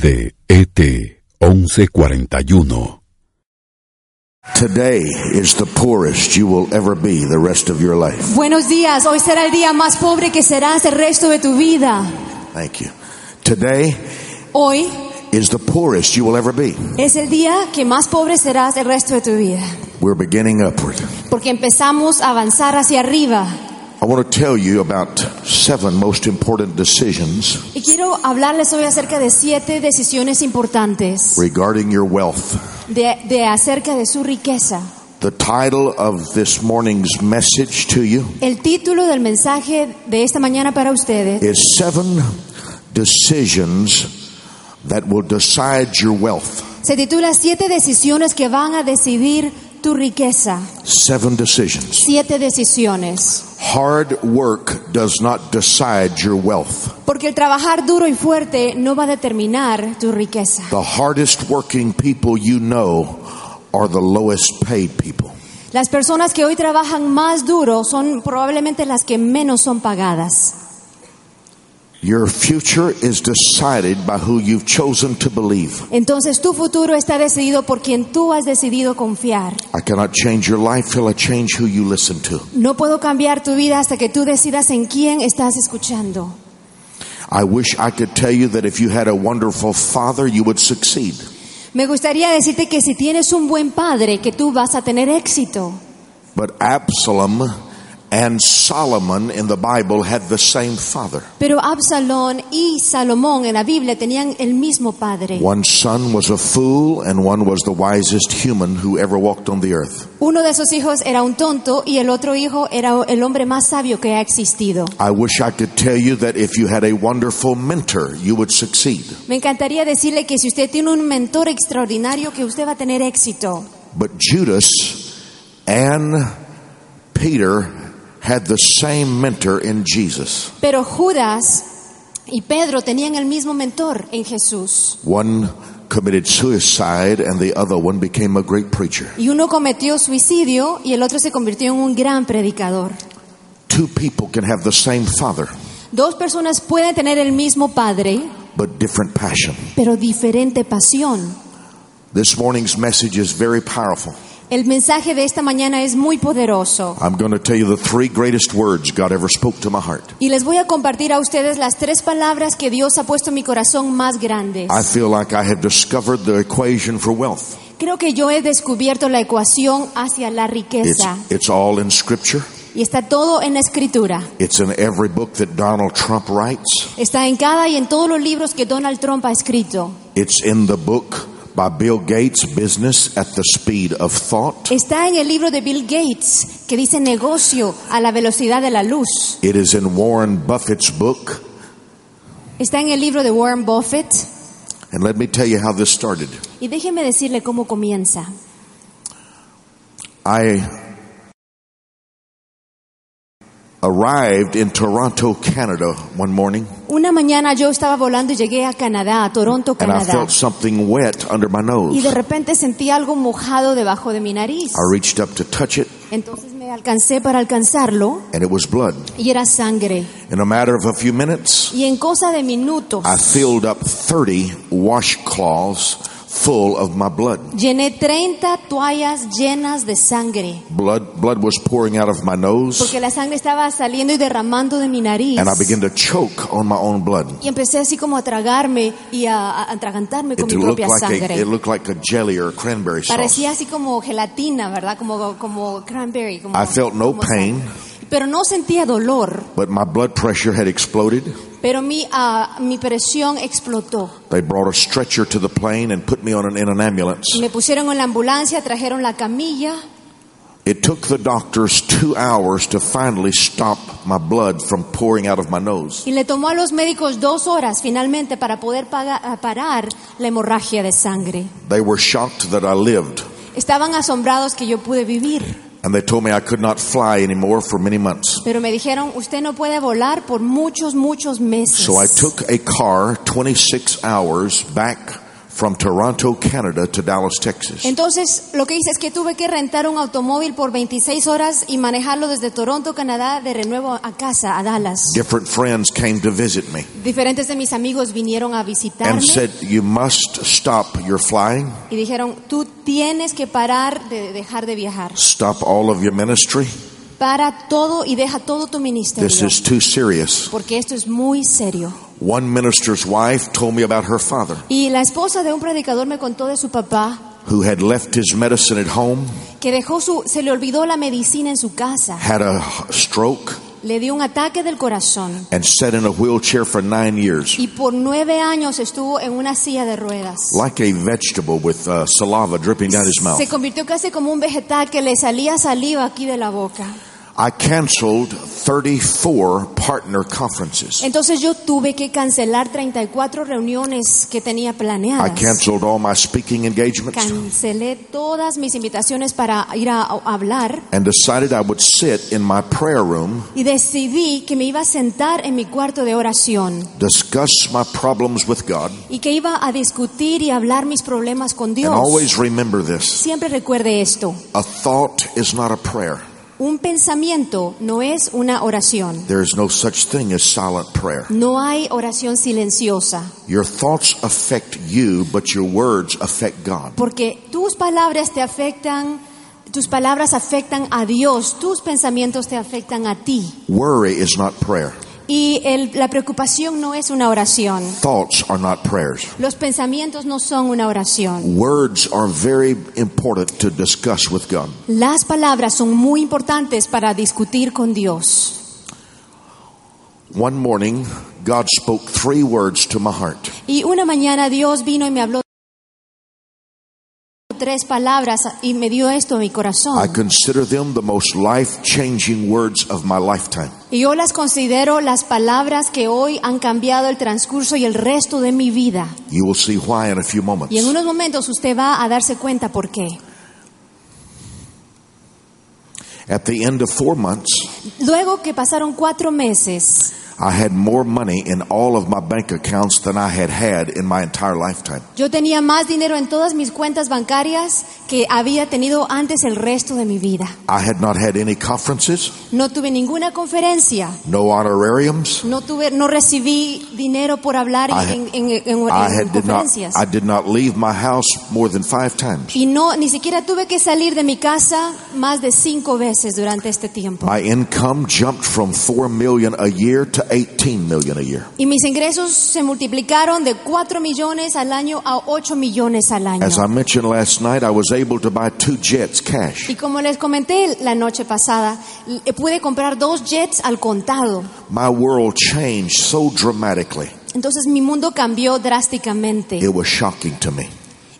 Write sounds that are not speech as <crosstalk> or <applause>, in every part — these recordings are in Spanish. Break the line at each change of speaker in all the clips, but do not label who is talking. MDET 1141.
Today is the poorest you will ever be the rest of your life.
Buenos días, hoy será el día más pobre que serás el resto de tu vida.
Thank you. Today
Hoy
is the poorest you will ever be.
es el día que más pobre serás el resto de tu vida,
We're beginning upward.
porque empezamos a avanzar hacia arriba.
I want to tell you about seven most important decisions
Y quiero hablarles hoy acerca de siete decisiones importantes
regarding your wealth.
de, de acerca de su riqueza.
The title of this morning's message to you
El título del mensaje de esta mañana para ustedes
is Seven Decisions That Will Decide Your Wealth.
se titula Siete decisiones que van a decidir tu riqueza.
Seven decisions.
Siete decisiones.
Hard work does not decide your wealth.
Porque el trabajar duro y fuerte no va a determinar tu riqueza.
The hardest working people you know are the lowest paid people.
Las personas que hoy trabajan más duro son probablemente las que menos son pagadas.
Your future is decided by who you've chosen to believe.
Entonces tu futuro está decidido por quien tú has decidido confiar.
I cannot change your life till I change who you listen to.
No puedo cambiar tu vida hasta que tú decidas en quién estás escuchando.
I wish I could tell you that if you had a wonderful father, you would succeed.
Me gustaría decirte que si tienes un buen padre, que tú vas a tener éxito.
But Absalom and Solomon in the Bible had the same father.
Pero Absalón y Salomón en la Biblia tenían el mismo padre.
One son was a fool, and one was the wisest human who ever walked on the earth.
Uno de sus hijos era un tonto y el otro hijo era el hombre más sabio que ha existido.
I wish I could tell you that if you had a wonderful mentor, you would succeed.
Me encantaría decirle que si usted tiene un mentor extraordinario, que usted va a tener éxito.
But Judas and Peter had the same mentor in Jesus.
Pero Judas y Pedro tenían el mismo mentor en Jesús.
One committed suicide, and the other one became a great preacher.
Y uno cometió suicidio y el otro se convirtió en un gran predicador.
Two people can have the same father,
Dos personas pueden tener el mismo padre,
but different passion.
pero diferente pasión.
This morning's message is very powerful.
El mensaje de esta mañana es muy poderoso.
I'm going to tell you the three greatest words God ever spoke to my heart.
Y les voy a compartir a ustedes las tres palabras que Dios ha puesto en mi corazón más grandes.
I feel like I have discovered the equation for wealth.
Creo que yo he descubierto la ecuación hacia la
It's,
riqueza.
it's all in Scripture.
Y está todo en la escritura.
It's in every book that Donald Trump writes.
Está en cada y en todos los libros que Donald Trump ha escrito.
It's in the book by Bill Gates, Business at the Speed of Thought.
Está en el libro de Bill Gates que dice negocio a la velocidad de la luz.
It is in Warren Buffett's book.
Está en el libro de Warren Buffett.
And let me tell you how this started.
Y déjeme decirle cómo comienza.
I arrived in Toronto, Canada one morning,
Una mañana yo estaba volando y llegué a Canadá, a Toronto,
and I
Canadá.
felt something wet under my
Y
nose.
de repente sentí algo mojado debajo de mi nariz.
I reached up to touch it,
Entonces me alcancé para alcanzarlo
and it was blood.
y era sangre.
In a matter of a few minutes,
Y en cosa de minutos
I filled up 30 washcloths full of my blood.
llené 30 toallas llenas de sangre.
Blood, blood was pouring out of my nose,
Porque la sangre estaba saliendo y derramando de mi nariz.
and I began to choke on my own blood.
Y empecé así como a tragarme y a, a- a atragantarme con
It
mi
looked
propia
like a,
sangre.
it looked like a jelly or a cranberry sauce.
Parecía así como gelatina, ¿verdad? Como, como cranberry. Como,
I felt no
como sangre.
pain.
Pero no sentía dolor.
But my blood pressure had exploded.
Pero mi, ah, mi presión explotó.
They brought a stretcher to the plane and put me on an, in an ambulance.
Me pusieron en la ambulancia, trajeron la camilla.
It took the doctors two hours to finally stop my blood from pouring out of my nose.
Y le tomó a los médicos dos horas finalmente para poder paga- ah, parar la hemorragia de sangre.
They were shocked that I lived,
Estaban asombrados que yo pude vivir.
and they told me I could not fly anymore for many months.
Pero me dijeron, usted no puede volar por muchos, muchos meses.
So I took a car 26 hours back from Toronto, Canada to Dallas, Texas.
Entonces, lo que hice es que tuve que rentar un automóvil por 26 horas y manejarlo desde Toronto, Canadá, de renuevo a casa, a Dallas.
Different friends came to visit me
Diferentes de mis amigos vinieron a
and
visitarme
said, You must stop your flying,
y dijeron, tú tienes que parar de dejar de viajar.
stop all of your ministry.
Para todo y deja todo tu ministerio.
This is too serious.
porque esto es muy serio.
One minister's wife told me about her father
Y la esposa de un predicador me contó de su papá
who had left his medicine at home,
que dejó su se le olvidó la medicina en su casa,
had a stroke,
le dio un ataque del corazón
and sat in a wheelchair for nine years.
y por nueve años estuvo en una silla de ruedas.
Like a vegetable with uh, saliva dripping down his mouth.
Se convirtió casi como un vegetal que le salía saliva aquí de la boca.
I canceled 34 partner conferences.
Entonces yo tuve que cancelar 34 reuniones que tenía
I
planeadas.
canceled all my speaking engagements
Cancelé todas mis invitaciones para ir a a hablar
and decided I would sit in my prayer room,
y decidí que me iba a sentar en mi cuarto de oración
discuss my problems with God,
y que iba a discutir y hablar mis problemas con
and
Dios.
always remember this.
Siempre recuerde esto,
A thought is not a prayer.
un pensamiento no es una oración.
There is no such thing as silent prayer.
No hay oración silenciosa,
Your thoughts affect you, but your words affect God.
porque tus palabras te afectan, tus palabras afectan a Dios, tus pensamientos te afectan a ti.
Worry is not prayer.
Y el- la preocupación no es una oración.
Thoughts are not prayers.
Los pensamientos no son una oración.
Words are very important to discuss with God.
Las palabras son muy importantes para discutir con Dios.
One morning, God spoke three words to my heart.
Y una mañana Dios vino y me habló tres palabras y me dio esto a mi
I
corazón.
consider them the most life changing words of my lifetime.
Y yo las considero las palabras que hoy han cambiado el transcurso y el resto de mi vida.
You will see why in a few moments.
Y en unos momentos usted va a darse cuenta por qué.
At the end of four months,
Luego que pasaron cuatro meses,
I had more money in all of my bank accounts than I had had in my entire lifetime.
yo tenía más dinero en todas mis cuentas bancarias que había tenido antes el resto de mi vida.
I had not had any conferences,
No tuve ninguna conferencia.
no honorariums.
No tuve, no recibí dinero por hablar
I-
en, en- en- en
I had did not
conferencias.
I did not leave my house more than five times.
Y no, ni siquiera tuve que salir de mi casa más de cinco veces durante este tiempo.
My income jumped from four million a year to eighteen million a year.
Y mis ingresos se multiplicaron de 4 millones al año a 8 millones al año.
As I mentioned last night, I was able to buy two jets cash.
Y como les comenté la noche pasada, l- pude comprar dos jets al contado.
My world changed so dramatically.
Entonces mi mundo cambió drásticamente
It was shocking to me.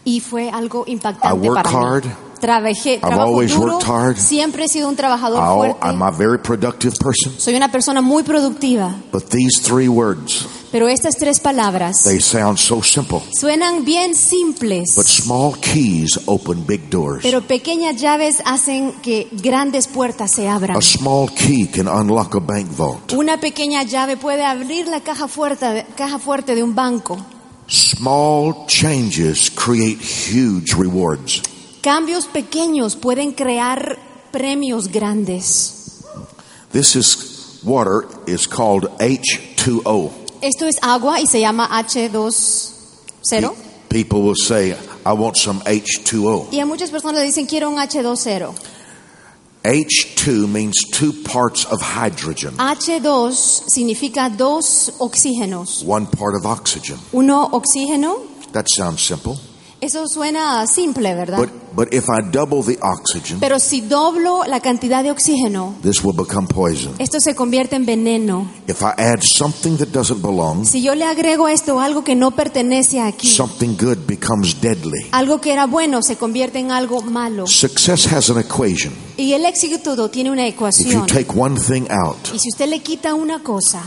y fue algo impactante
I work
para
hard.
mí. Trabajé, trabajo
always
duro.
worked hard.
Siempre he sido un trabajador
I,
fuerte.
I'm a very productive person,
Soy una persona muy productiva,
but these three words,
pero estas tres palabras
they sound so simple,
suenan bien simples.
but small keys open big doors.
Pero pequeñas llaves hacen que grandes puertas se abran.
A small key can unlock a bank vault.
Una pequeña llave puede abrir la caja fuerte, caja fuerte de un banco.
Small changes create huge rewards.
Cambios pequeños pueden crear premios grandes.
This is water is called H2O.
Esto es agua y se llama H2O.
People will say, I want some H2O.
Y a muchas personas le dicen quiero un H2O.
H2 means two parts of hydrogen,
H2 significa dos oxígenos.
one part of oxygen.
Uno oxígeno,
That sounds simple.
eso suena simple, ¿verdad?
But, but if I double the oxygen,
Pero si doblo la cantidad de oxígeno,
this will become poison.
esto se convierte en veneno.
If I add something that doesn't belong,
Si yo le agrego a esto algo que no pertenece aquí,
something good becomes deadly.
algo que era bueno se convierte en algo malo.
Success has an equation.
Y el éxito tiene una
If you
ecuación.
take one thing out,
Y si usted le quita una cosa,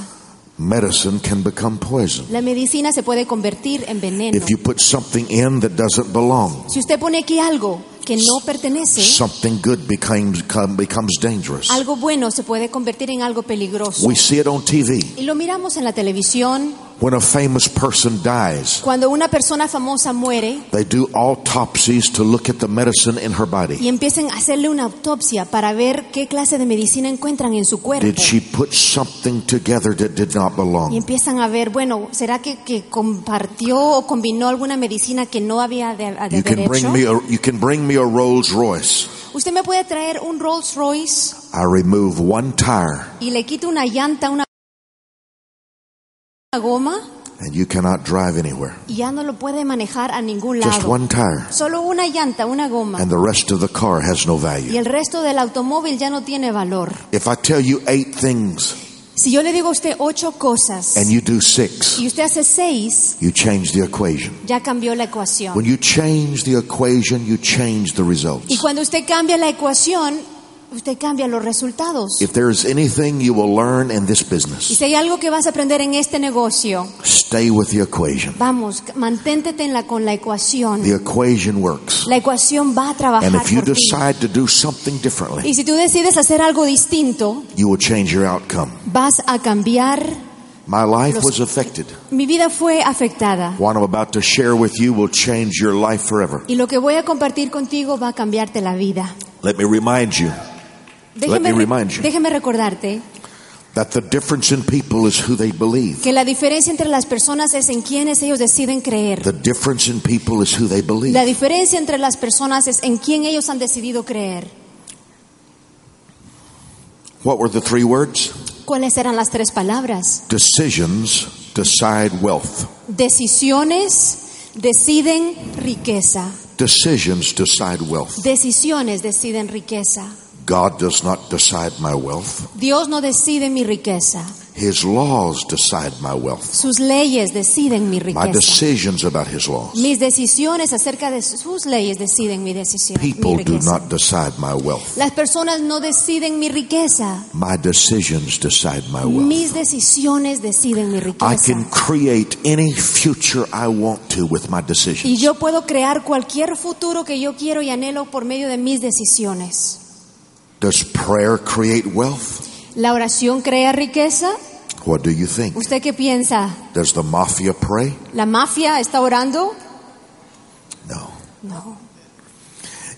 medicine can become poison.
la medicina se puede convertir en veneno.
If you put something in that doesn't belong,
Si usted pone aquí algo que no pertenece,
something good becomes, become, becomes dangerous.
algo bueno se puede convertir en algo peligroso.
We see it on TV.
Y lo miramos en la televisión,
When a famous person dies,
Cuando una persona famosa muere
they do autopsies to look at the medicine in her body.
y empiezan a hacerle una autopsia para ver qué clase de medicina encuentran en su cuerpo.
Did she put something together that did not
Y
belong?
empiezan a ver, bueno, ¿será que, que compartió o combinó alguna medicina que no había de, de
You can
derecho?
bring me a, you can bring me a Rolls Royce.
Usted me puede traer un Rolls Royce
I remove one tire
y le quito una llanta, una una goma
and you cannot drive anywhere.
y ya no lo puede manejar a ningún
Just
lado.
one tire
Solo una llanta, una goma
and the rest of the car has no
y
value.
el resto del automóvil ya no tiene valor.
If I tell you eight things
Si yo le digo a usted ocho cosas
and you do six,
y usted hace seis,
you change the equation.
ya cambió la ecuación.
When you change the equation, you change the
Y
results.
cuando usted cambia la ecuación, usted cambia los resultados.
If there is anything you will learn in this
Y
business,
si hay algo que vas a aprender en este negocio,
stay with the equation.
vamos, manténtete en la, con la ecuación.
The equation works.
La ecuación va a trabajar
And if you
por ti.
decide to do something differently,
Y si tú decides hacer algo distinto,
you will change your outcome.
vas a cambiar.
My life was affected.
Mi vida fue afectada
What I'm about to share with you will change your life forever.
y lo que voy a compartir contigo va a cambiarte la vida.
Let me remind you me
Déjeme, re-
remind you.
déjeme recordarte
that the difference in people is who they believe.
que la diferencia entre las personas es en quienes ellos deciden creer.
The difference in people is who they believe.
La diferencia entre las personas es en quién ellos han decidido creer.
What were the three words?
¿Cuáles eran las tres palabras?
Decisions decide wealth.
Decisiones deciden riqueza.
Decisions decide wealth.
Decisiones deciden riqueza.
God does not decide my wealth.
Dios no decide mi riqueza.
His laws decide my wealth.
Sus leyes deciden mi
My
riqueza.
decisions about his laws.
Mis decisiones acerca de sus leyes deciden mi decisión. mi
People do
riqueza.
not decide my wealth.
Las personas no deciden mi riqueza.
My decisions decide my wealth.
Mis decisiones deciden mi
Oh, I
riqueza.
can create any future I want to with my
Y
decisions.
yo puedo crear cualquier futuro que yo quiero y anhelo por medio de mis decisiones.
Does prayer create wealth?
¿La oración crea riqueza?
What do you think?
¿Usted qué piensa?
Does the mafia pray?
¿La mafia está orando?
No.
No.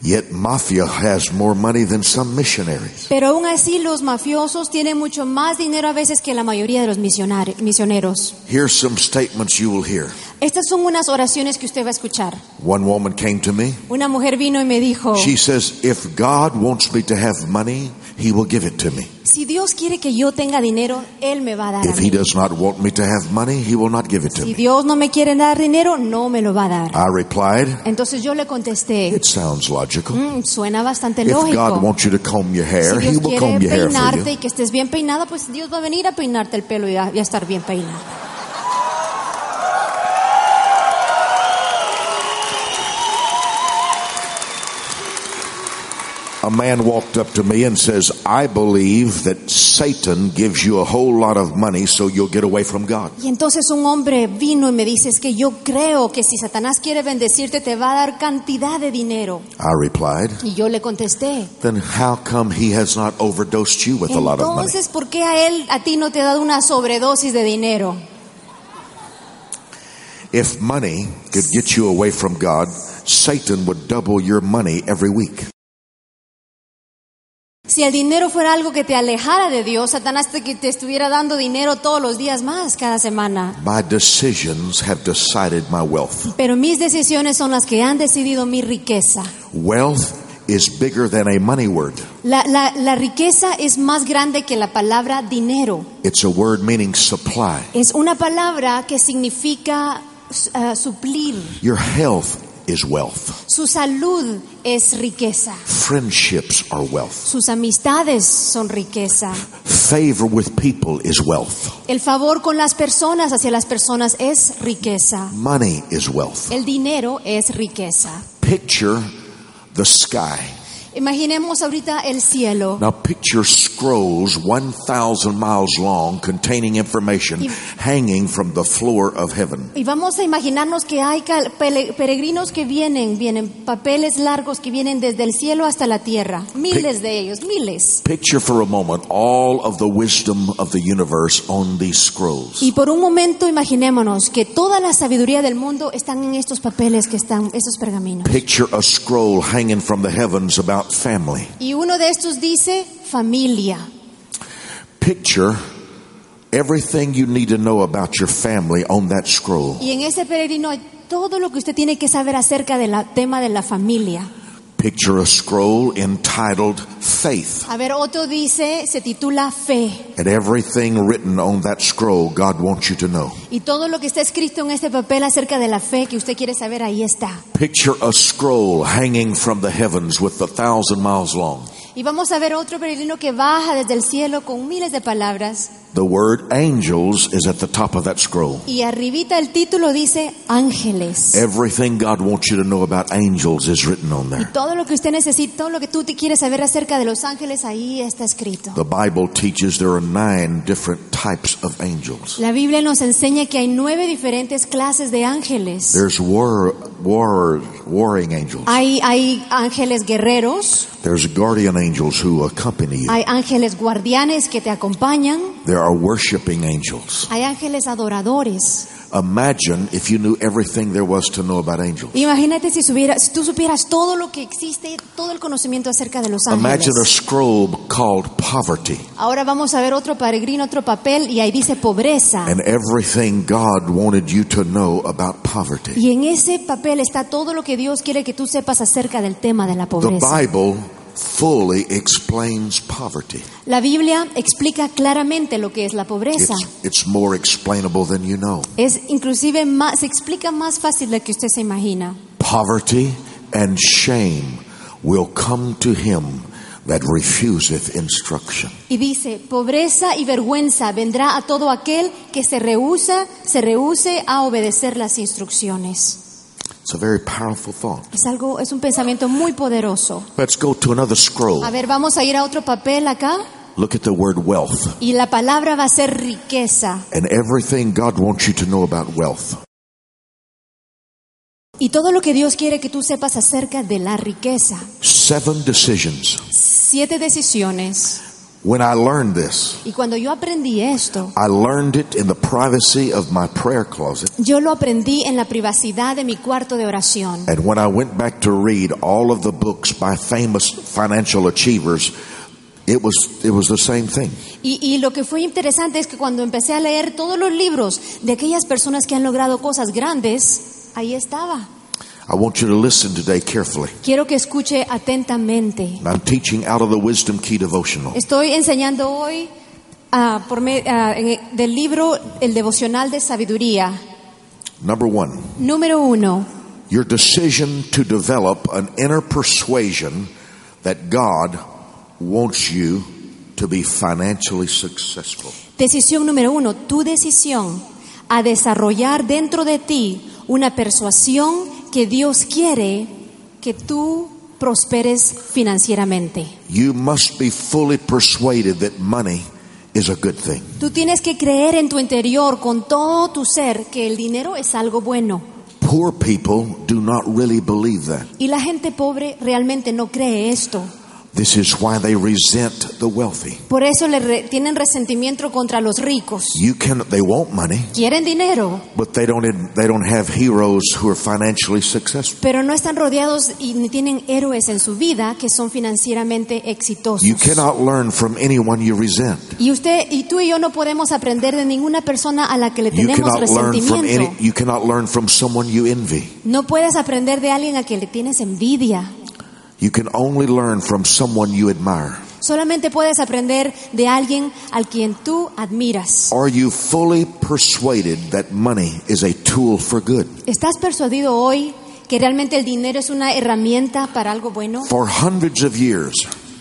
Yet mafia has more money than some missionaries.
Pero aún así los mafiosos tienen mucho más dinero a veces que la mayoría de los misionari- misioneros.
Here's some statements you will hear.
Estas son unas oraciones que usted va a escuchar.
One woman came to me.
Una mujer vino y me dijo,
She says, if God wants me to have money, He will give it to me.
si Dios quiere que yo tenga dinero, Él me va a dar. A
If He
mí.
does not want me to have money, He will not give it to
Si
me.
Dios no me quiere dar dinero, no me lo va a dar.
I replied,
Entonces yo le contesté,
it sounds logical.
"Mm, suena bastante
If God
lógico.
wants you to comb your
Si
hair, He
Dios
will
quiere
comb your hair for
peinarte
you.
y que estés bien peinada, pues Dios va a venir a peinarte el pelo y a, y a estar bien peinado.
A man walked up to me and says, I believe that Satan gives you a whole lot of money so you'll get away from God.
Y entonces un hombre vino y me dice, es que yo creo que si Satanás quiere bendecirte te va a dar cantidad de dinero.
I replied,
Y yo le contesté,
then how come He has not overdosed you with a lot of money?
entonces ¿por qué a él, a ti no te ha dado una sobredosis de dinero?
If money could get you away from God, Satan would double your money every week.
Si el dinero fuera algo que te alejara de Dios, Satanás te, que te estuviera dando dinero todos los días más, cada semana.
My decisions have decided my wealth.
Pero mis decisiones son las que han decidido mi riqueza.
Wealth is bigger than a money word.
La, la- la riqueza es más grande que la palabra dinero.
It's a word meaning supply.
Es una palabra que significa eh, suplir.
Your health is wealth.
Su salud es riqueza.
Friendships are wealth.
Sus amistades son riqueza.
Favor with people is wealth.
El favor con las personas hacia las personas es riqueza.
Money is wealth.
El dinero es riqueza.
Picture the sky.
Imaginemos ahorita el cielo.
Now picture scrolls 1,000 miles long containing information hanging from the floor of heaven.
Y vamos a imaginarnos que hay cal- pele- peregrinos que vienen, vienen papeles largos que vienen desde el cielo hasta la tierra, miles de ellos, miles.
Picture for a moment all of the wisdom of the universe on these scrolls.
Y por un momento imaginémonos que toda la sabiduría del mundo están en estos papeles que están, esos pergaminos.
Picture a scroll hanging from the heavens about family.
Y uno de estos dice familia.
Picture everything you need to know about your family on that scroll.
Y en ese peregrino hay todo lo que usted tiene que saber acerca del tema de la familia.
Picture a scroll entitled Faith.
A ver, otro dice, se titula fe.
And everything written on that scroll, God wants you to know.
Y todo lo que está escrito en este papel acerca de la fe que usted quiere saber, ahí está.
Picture a scroll hanging from the heavens with a thousand miles long.
Y vamos a ver otro peregrino que baja desde el cielo con miles de palabras.
The word angels is at the top of that scroll.
Y arribita el título dice
Eh.
ángeles.
Everything God wants you to know about angels is written on
Y
there.
todo lo que usted necesita, todo lo que tú te quieres saber acerca de los ángeles, ahí está escrito.
The Bible teaches there are nine different types of angels.
La Biblia nos enseña que hay nueve diferentes clases de ángeles.
There's war, war, warring angels.
Hay, hay ángeles guerreros,
There's guardian angels who accompany you.
hay ángeles guardianes que te acompañan,
There are worshiping angels.
hay ángeles adoradores.
Imagine if you knew everything there was to know about angels.
Imagínate si, subiera- si tú supieras todo lo que existe, todo el conocimiento acerca de los ángeles.
Imagine a scroll called poverty
Ahora vamos a ver otro peregrino, otro papel, y ahí dice pobreza.
and everything God wanted you to know about poverty.
Y en ese papel está todo lo que Dios quiere que tú sepas acerca del tema de la
The
pobreza.
Bible fully explains poverty.
La Biblia explica claramente lo que es la pobreza.
It's, it's more explainable than you know.
Es inclusive más, se explica más fácil de que usted se imagina.
Poverty and shame will come to him that refuseth instruction.
Y dice, pobreza y vergüenza vendrá a todo aquel que se rehúsa, se rehúse a obedecer las instrucciones.
It's a very powerful thought.
Es algo, es un pensamiento muy poderoso.
Let's go to another scroll.
A ver, vamos a ir a otro papel acá
Look at the word wealth
y la palabra va a ser riqueza.
and everything God wants you to know about wealth.
Y todo lo que Dios quiere que tú sepas acerca de la riqueza.
Seven decisions.
Siete decisiones.
When I learned this,
Y cuando yo aprendí esto,
I learned it in the privacy of my prayer closet.
yo lo aprendí en la privacidad de mi cuarto de oración.
And when I went back to read all of the books by famous financial achievers, it was, it was the same thing.
Y, y lo que fue interesante es que cuando empecé a leer todos los libros de aquellas personas que han logrado cosas grandes, ahí estaba.
I want you to listen today carefully.
Quiero que escuche atentamente.
And I'm teaching out of the Wisdom Key devotional.
Estoy enseñando hoy ah, por me- ah, en- del libro El Devocional de Sabiduría.
Number one,
Número uno,
your decision to develop an inner persuasion that God wants you to be financially successful.
decisión número uno, tu decisión a desarrollar dentro de ti una persuasión que Dios quiere que tú prosperes financieramente.
You must be fully persuaded that money is a good thing.
Tú tienes que creer en tu interior con todo tu ser que el dinero es algo bueno.
Poor people do not really believe that.
Y la gente pobre realmente no cree esto.
This is why they resent the wealthy.
Por eso le re- tienen resentimiento contra los ricos.
You can they want money,
Quieren dinero,
but they don't they don't have heroes who are financially successful.
pero no están rodeados y ni tienen héroes en su vida que son financieramente exitosos.
You cannot learn from anyone you resent.
Y usted y tú y yo no podemos aprender de ninguna persona a la que le
You
tenemos
cannot learn from any
resentimiento.
you cannot learn from someone you envy.
No puedes aprender de alguien a que le tienes envidia.
You can only learn from someone you admire.
Solamente puedes aprender de alguien al quien tú admiras.
Are you fully persuaded that money is a tool for good?
¿Estás persuadido hoy que realmente el dinero es una herramienta para algo bueno?
For hundreds of years,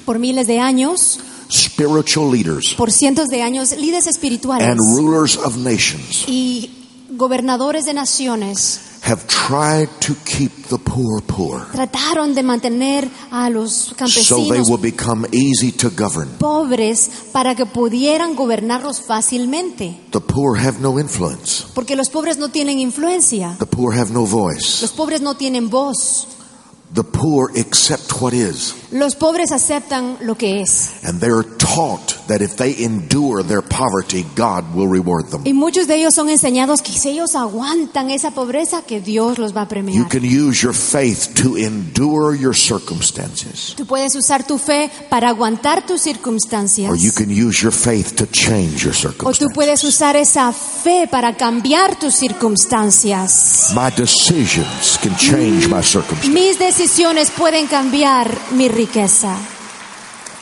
Por miles de años,
spiritual leaders
por cientos de años, líderes espirituales
and rulers of nations
y gobernadores de naciones
have tried to keep the poor poor
Trataron de mantener a los
so they
campesinos
will become easy to govern.
pobres para que pudieran gobernarlos fácilmente,
The poor have no influence.
porque los pobres no tienen influencia,
The poor have no voice.
los pobres no tienen voz,
The poor accept what is.
los pobres aceptan lo que es.
And they're taught that if they endure their poverty, God will reward them.
Y muchos de ellos son enseñados que si ellos aguantan esa pobreza, que Dios los va a
You
premiar.
can use your faith to endure your circumstances,
Tú puedes usar tu fe para aguantar tus circunstancias.
or you can use your faith to change your
O tú
circumstances.
puedes usar esa fe para cambiar tus circunstancias.
My decisions can change my circumstances.
Mis decisiones pueden cambiar mi riqueza.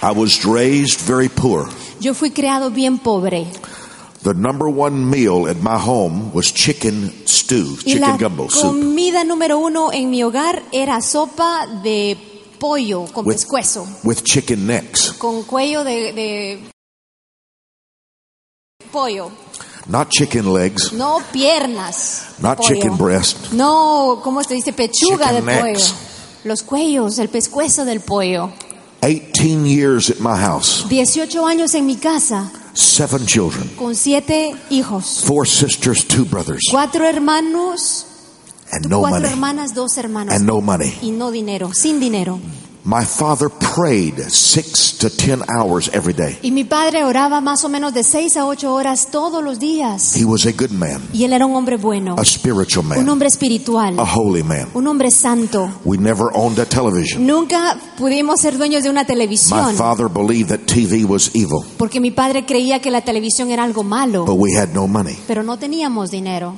I was raised very poor.
Yo fui creado bien pobre
The number one meal at my home was chicken stew,
y la
chicken gumbo soup,
comida número uno en mi hogar era sopa de pollo con
With-
pescuezo,
with chicken necks.
con cuello de, de pollo,
Not chicken legs,
no piernas,
not
pollo.
chicken breast,
no, ¿cómo se dice? Pechuga
Chicken
de
necks.
pollo. Los cuellos, el pescuezo del pollo.
18 years at my house,
18 años en mi casa,
seven children,
con siete hijos,
four sisters, two brothers,
cuatro hermanos,
and no
cuatro
money.
hermanas, dos hermanos.
And no money.
Y no dinero, sin dinero.
My father prayed six to ten hours every day.
Y mi padre oraba más o menos de seis a ocho horas todos los días.
He was a good man,
Y él era un hombre bueno,
a spiritual
un
man,
hombre espiritual,
a holy man.
un hombre santo.
We never owned a television.
Nunca pudimos ser dueños de una
My
televisión,
father believed that TV was evil,
porque mi padre creía que la televisión era algo malo,
but we had no money.
pero no teníamos dinero.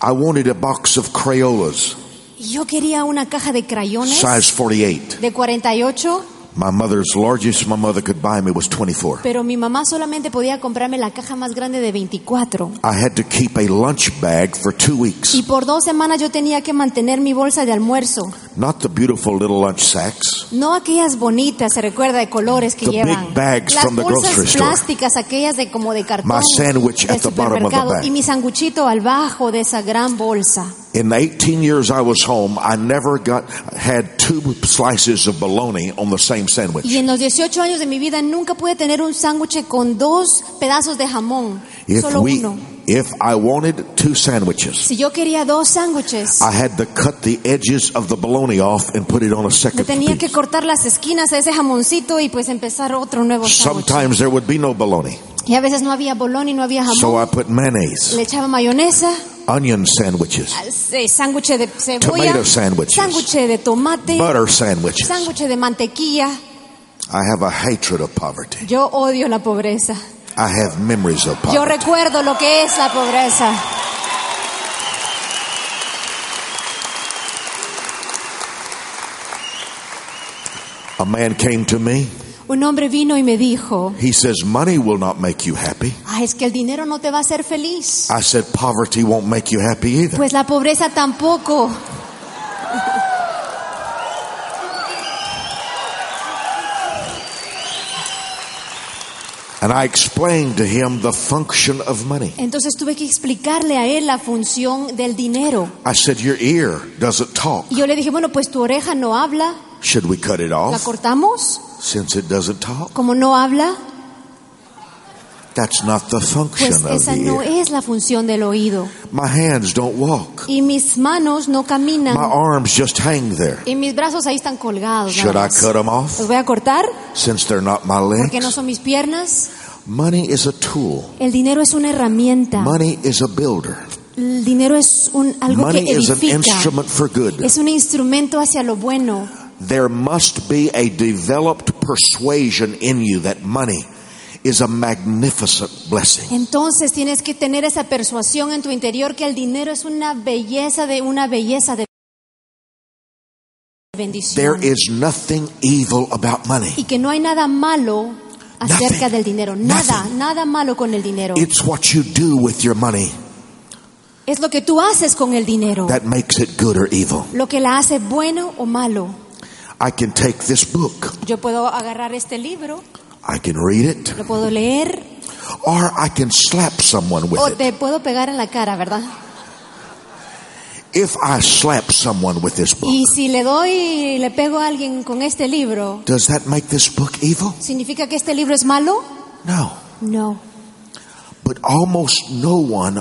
I wanted a box of Crayolas,
Y yo quería una caja de crayones
size 48.
de 48
My mother's largest my mother could buy me was 24.
Pero mi mamá solamente podía comprarme la caja más grande de 24.
I had to keep a lunch bag for two weeks.
Y por dos semanas yo tenía que mantener mi bolsa de almuerzo.
Not the beautiful little lunch sacks.
No aquellas bonitas, se recuerda, de colores que
The big
llevan.
bags
Las
from the
bolsas
grocery store.
plásticas, aquellas de como de cartón.
My sandwich
del
at the bottom of the
supermercado.
bag.
Y mi sanguchito al bajo de esa gran bolsa.
In the 18 years I was home, I never got had two slices of bologna on the same sandwich.
Y en los 18 años de mi vida nunca pude tener un sándwich con dos pedazos de jamón.
If
solo
we
uno.
if I wanted two sandwiches,
Si yo quería dos sándwiches,
I had to cut the edges of the bologna off and put it on a
le
second
tenía que
piece.
cortar las esquinas a ese jamoncito y pues empezar otro nuevo sándwich.
Sometimes there would be no bologna.
Y a veces no había bolón y no había jamón.
So I put mayonnaise,
Le echaba mayonesa,
onion sandwiches,
eh, sándwich de cebolla,
Tomato sandwiches.
sándwich de tomate,
butter sandwiches.
sándwich de mantequilla.
I have a hatred of poverty.
Yo odio la pobreza.
I have memories of
Yo
poverty.
recuerdo lo que es la pobreza.
A man came to me.
Un hombre vino y me dijo,
He says, Money will not make you happy.
ah, es que el dinero no te va a hacer feliz.
I said, Poverty won't make you happy either.
Pues la pobreza tampoco.
And I explained to him the function of money.
Entonces tuve que explicarle a él la función del dinero.
I said, Your ear doesn't talk.
Y yo le dije, bueno, pues tu oreja no habla,
Should we cut it
la
off
cortamos.
since it doesn't talk?
Como no habla,
That's not the function
pues
of
esa
the
no
ear.
es la función del oído.
My hands don't walk.
Y mis manos no caminan.
My arms just hang there.
Y mis brazos ahí están colgados. nada
Should I
más.
cut them off
Los voy a cortar
since they're not my
porque no
legs?
son mis piernas.
Money is a tool.
El dinero es una herramienta.
Money is a builder.
El dinero es un, algo que
Money is an
edifica.
instrument for good.
Es un instrumento hacia lo bueno.
There must be a developed persuasion in you that money is a magnificent blessing.
Entonces tienes que tener esa persuasión en tu interior que el dinero es una belleza de una belleza de
There
bendición.
is nothing evil about money.
Y que no hay nada malo acerca
Nothing.
del dinero. Nada,
Nothing.
nada malo con el dinero.
It's what you do with your money
Es lo que tú haces con el dinero.
that makes it good or evil.
lo que la hace bueno o malo.
I can take this book,
Yo puedo agarrar este libro,
I can read it,
lo puedo leer
or I can slap someone with
o
it.
te puedo pegar en la cara, ¿verdad?
If I slap someone with this book,
Y si le doy y le pego a alguien con este libro,
does that make this book evil?
¿significa que este libro es malo?
No.
No.
But almost no one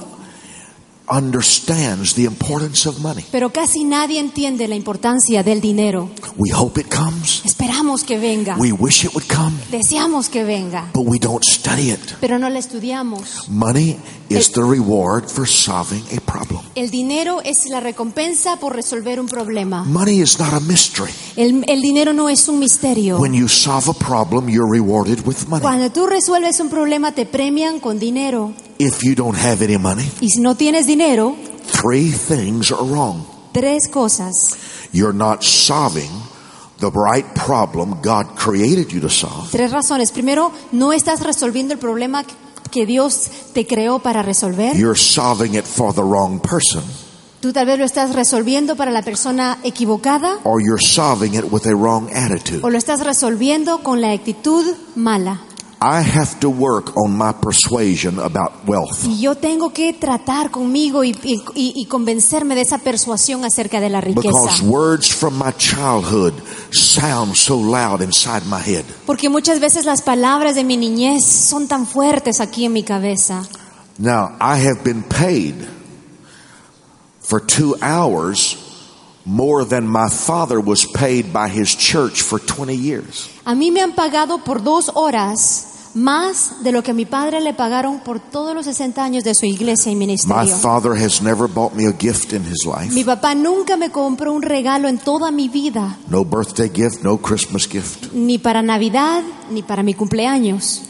understands the importance of money.
Pero casi nadie entiende la importancia del dinero.
We hope it comes.
Esperamos que venga.
We wish it would come,
Deseamos que venga.
but we don't study it.
Pero no la estudiamos.
Money is the reward for solving a problem.
El dinero es la recompensa por resolver un problema.
Money is not a mystery.
El, el dinero no es un misterio.
When you solve a problem, you're rewarded with money.
Cuando tú resuelves un problema te premian con dinero.
If you don't have any money,
Y si no tienes dinero,
three things are wrong.
tres cosas.
You're not solving the right problem God created you to solve.
Tres razones. Primero, no estás resolviendo el problema que Dios te creó para resolver.
You're solving it for the wrong person,
Tú tal vez lo estás resolviendo para la persona equivocada
or you're solving it with a wrong attitude.
o lo estás resolviendo con la actitud mala.
I have to work on my persuasion about wealth.
Y yo tengo que tratar conmigo y, y- y- y convencerme de esa persuasión acerca de la
Because
riqueza.
words from my childhood sound so loud inside my head.
Porque muchas veces las palabras de mi niñez son tan fuertes aquí en mi cabeza.
Now, I have been paid for two hours more than my father was paid by his church for 20 years.
A mí me han pagado por dos horas más de lo que a mi padre le pagaron por todos los 60 años de su iglesia y
My
ministerio.
father has never bought me a gift in his life.
Mi papá nunca me compró un regalo en toda mi vida,
No birthday gift, no Christmas gift.
ni para Navidad, ni para mi cumpleaños.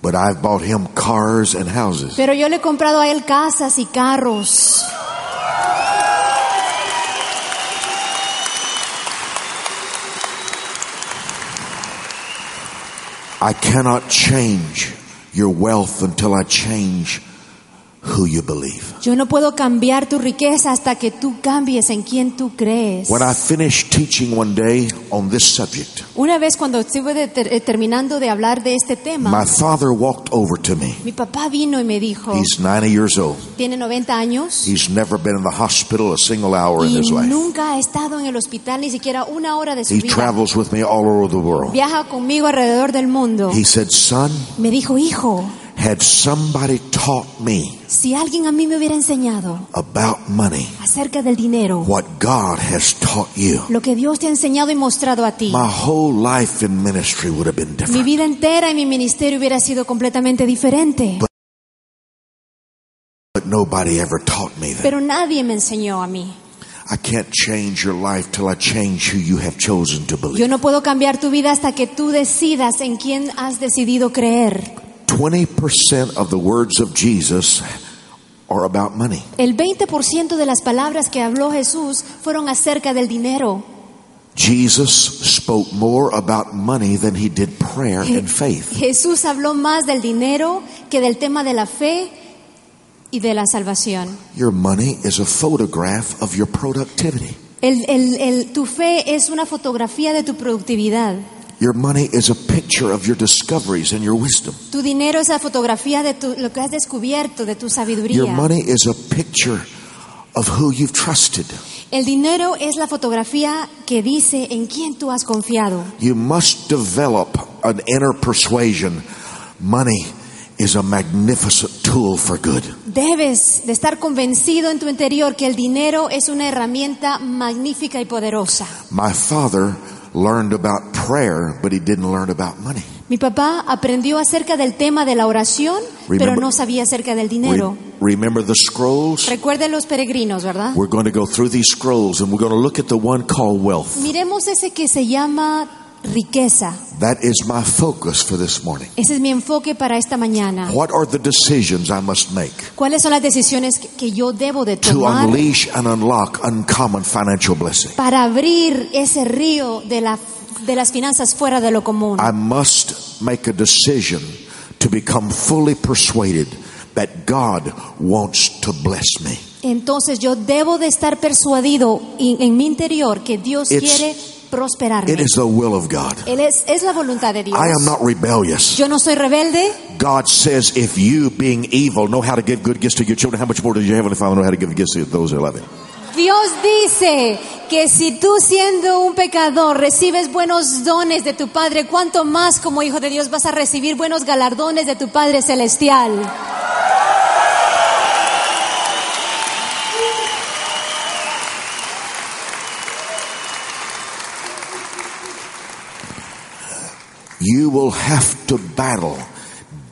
But I've bought him cars and houses.
Pero yo le he comprado a él casas y carros.
I cannot change your wealth until I change who you believe.
Yo no puedo cambiar tu riqueza hasta que tú cambies en quién tú crees.
When I finished teaching one day on this subject,
Una vez cuando estuve de- ter- eh, terminando de hablar de este tema,
my father walked over to me.
mi papá vino y me dijo,
He's 90 years old.
tiene 90 años
He's never been in the hospital a single hour in
y
his life.
nunca ha estado en el hospital ni siquiera una hora de su
He
vida.
travels with me all over the world.
Viaja conmigo alrededor del mundo.
He said, Son,
Me dijo, hijo,
had somebody taught me
si alguien a mí me hubiera enseñado
about money,
acerca del dinero,
what God has taught you,
lo que Dios te ha enseñado y mostrado a ti,
my whole life in ministry would have been
mi
different.
vida entera y mi ministerio hubiera sido completamente diferente.
But nobody ever taught me that.
Pero nadie me enseñó a mí.
I can't change your life till I change who you have chosen to
Yo
believe.
no puedo cambiar tu vida hasta que tú decidas en quién has decidido creer.
20% of the words of Jesus are about money.
El 20% de las palabras que habló Jesús fueron acerca del dinero.
Jesus spoke more about money than he did prayer and faith.
Jesús habló más del dinero que del tema de la fe y de la salvación.
Your money is a photograph of your productivity.
El- el- el- tu fe es una fotografía de tu productividad.
Your money is a picture of your discoveries and your wisdom.
Tu dinero es la fotografía de tu- lo que has descubierto, de tu
Your
sabiduría.
money is a picture of who you've trusted.
El dinero es la fotografía que dice en quién tú has confiado.
You must develop an inner persuasion. Money is a magnificent tool for good.
Debes de estar convencido en tu interior que el dinero es una herramienta magnífica y poderosa.
My father learned about prayer, but he didn't learn about money.
Mi papá aprendió acerca del tema de la oración, pero
Remember-
no sabía acerca del
Re-
dinero.
remember the scrolls?
Recuerden los peregrinos, ¿verdad?
We're going to go through these scrolls and we're going to look at the one called wealth.
Miremos ese que se llama riqueza.
That is my focus for this morning.
Ese es mi enfoque para esta mañana.
What are the decisions I must make
¿Cuáles son las decisiones que- que yo debo de
to
tomar
unleash and unlock uncommon financial blessing?
para abrir ese río de, la- de las finanzas fuera de lo común?
I must make a decision to become fully persuaded that God wants to bless me.
Entonces yo debo de estar persuadido in- en mi interior que Dios
It's-
quiere
It
prosperarme.
is the will of God.
Él es, es la voluntad de Dios.
I am not rebellious.
Yo no soy rebelde.
God says, if you, being evil, know how to give good gifts to your children, how much more does your heavenly Father know how to give gifts to those who love Him?
Dios dice que si tú siendo un pecador recibes buenos dones de tu Padre, cuánto más como hijo de Dios vas a recibir buenos galardones de tu Padre celestial.
You will have to battle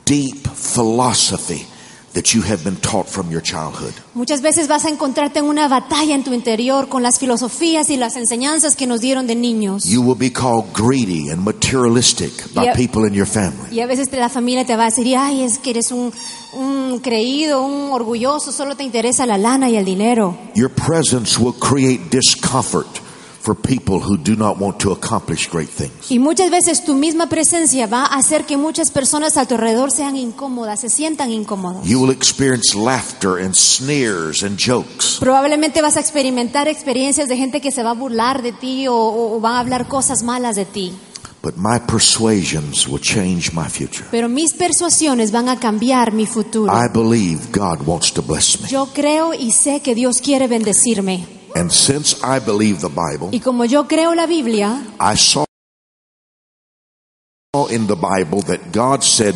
deep philosophy that you have been taught from your childhood.
Muchas veces vas a encontrarte en una batalla en tu interior con las filosofías y las enseñanzas que nos dieron de niños.
You will be called greedy and materialistic by
Yep.
people in your family.
Y a veces te- la familia te va a decir, ay, es que eres un, un creído, un orgulloso, solo te interesa la lana y el dinero.
Your presence will create discomfort for people who do not want to accomplish great things.
Y muchas veces tu misma presencia va a hacer que muchas personas a tu alrededor sean incómodas, se sientan incómodas.
You will experience laughter and sneers and jokes.
Probablemente vas a experimentar experiencias de gente que se va a burlar de ti o, o- o van a hablar cosas malas de ti.
But my persuasions will change my future.
Pero mis persuasiones van a cambiar mi futuro.
I believe God wants to bless me.
Yo creo y sé que Dios quiere bendecirme.
And since I believe the Bible,
Y como yo creo la Biblia,
I saw in the Bible that God said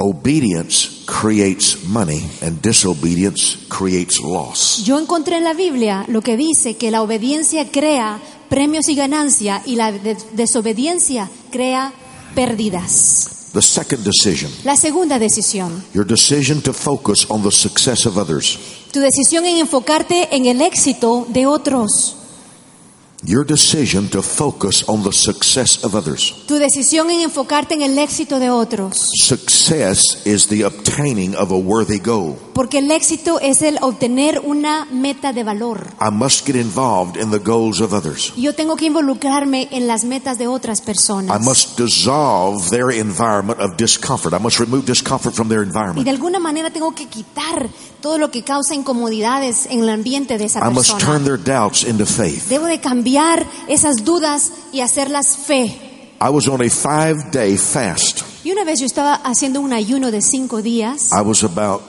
obedience creates money and disobedience creates loss.
yo encontré en la Biblia lo que dice que la obediencia crea premios y ganancia y la des- desobediencia crea pérdidas.
The second decision,
La segunda decisión.
your decision to focus on the success of others.
Tu decisión en enfocarte en el éxito de otros.
Your decision to focus on the success of others.
Tu decisión en enfocarte en el éxito de otros.
Success is the obtaining of a worthy goal.
Porque el éxito es el obtener una meta de valor.
I must get involved in the goals of others.
Yo tengo que involucrarme en las metas de otras
I
personas.
must dissolve their environment of discomfort. I must remove discomfort from their environment.
Y de alguna manera tengo que quitar todo lo que causa incomodidades en el ambiente de esa
I must turn
persona.
their doubts into faith.
Debo de cambiar esas dudas y hacerlas fe.
I was on a five day fast.
Y una vez yo estaba haciendo un ayuno de cinco días.
I was about,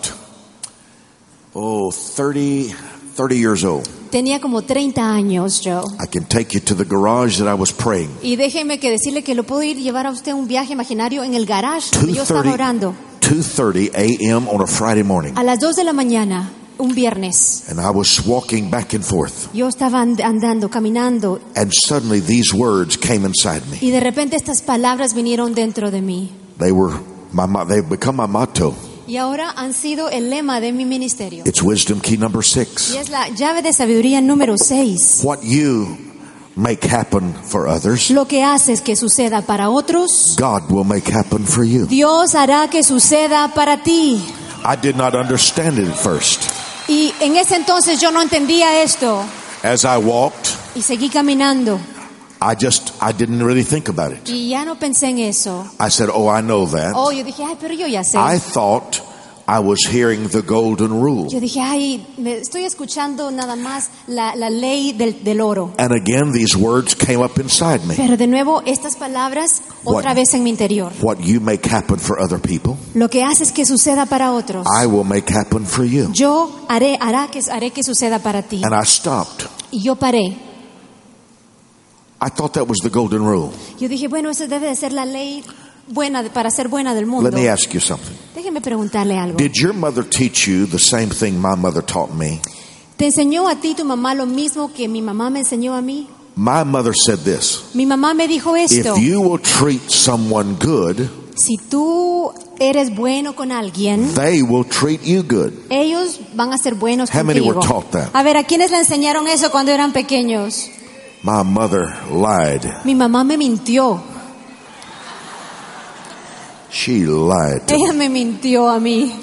oh, 30, 30 years old.
Tenía como 30 años yo.
I can take you to the garage that I was praying.
Y déjeme que decirle que lo puedo ir llevar a usted a un viaje imaginario en el garage donde yo estaba
2.30
orando
2.30 a.m. on a Friday morning.
a las 2 de la mañana, un viernes.
And I was walking back and forth.
Yo estaba and- andando, caminando
And suddenly these words came inside me.
y de repente estas palabras vinieron dentro de mí.
They were my, mo- they've become my motto.
Y ahora han sido el lema de mi ministerio.
It's wisdom key number
Y
six.
es la llave de sabiduría número 6.
What you make happen for others,
Lo que haces que suceda para otros,
God will make happen for you.
Dios hará que suceda para ti.
I did not understand it at first.
Y en ese entonces yo no entendía esto
As I walked,
y seguí caminando
I just I didn't really think about it.
y ya no pensé en eso.
I said, "Oh, I know that."
Oh, yo dije, ay, pero yo ya sé.
I thought I was hearing the golden rule.
Yo dije, ay, me estoy escuchando nada más la, la ley del, del oro.
And again these words came up inside me.
Pero de nuevo, estas palabras otra
What?
vez en mi interior.
What you make happen for other people,
Lo que haces que suceda para otros,
I will make happen for you.
yo haré, hará que, haré que suceda para ti.
And I stopped.
Y yo paré.
I thought that was the golden rule.
Yo dije, bueno, esa debe de ser la ley buena de- para ser buena del mundo.
Let me ask you something.
Déjeme preguntarle algo.
Did your mother teach you the same thing my mother taught me?
¿Te enseñó a ti tu mamá lo mismo que mi mamá me enseñó a mí?
My mother said this.
Mi mamá me dijo esto.
If you will treat someone good,
Si tú eres bueno con alguien,
they will treat you good.
Ellos van a ser buenos
How many
contigo.
were taught that?
A ver, ¿a quiénes le enseñaron eso cuando eran pequeños?
My mother lied.
Mi mamá me mintió.
She lied. to me.
Ella me mintió a mí.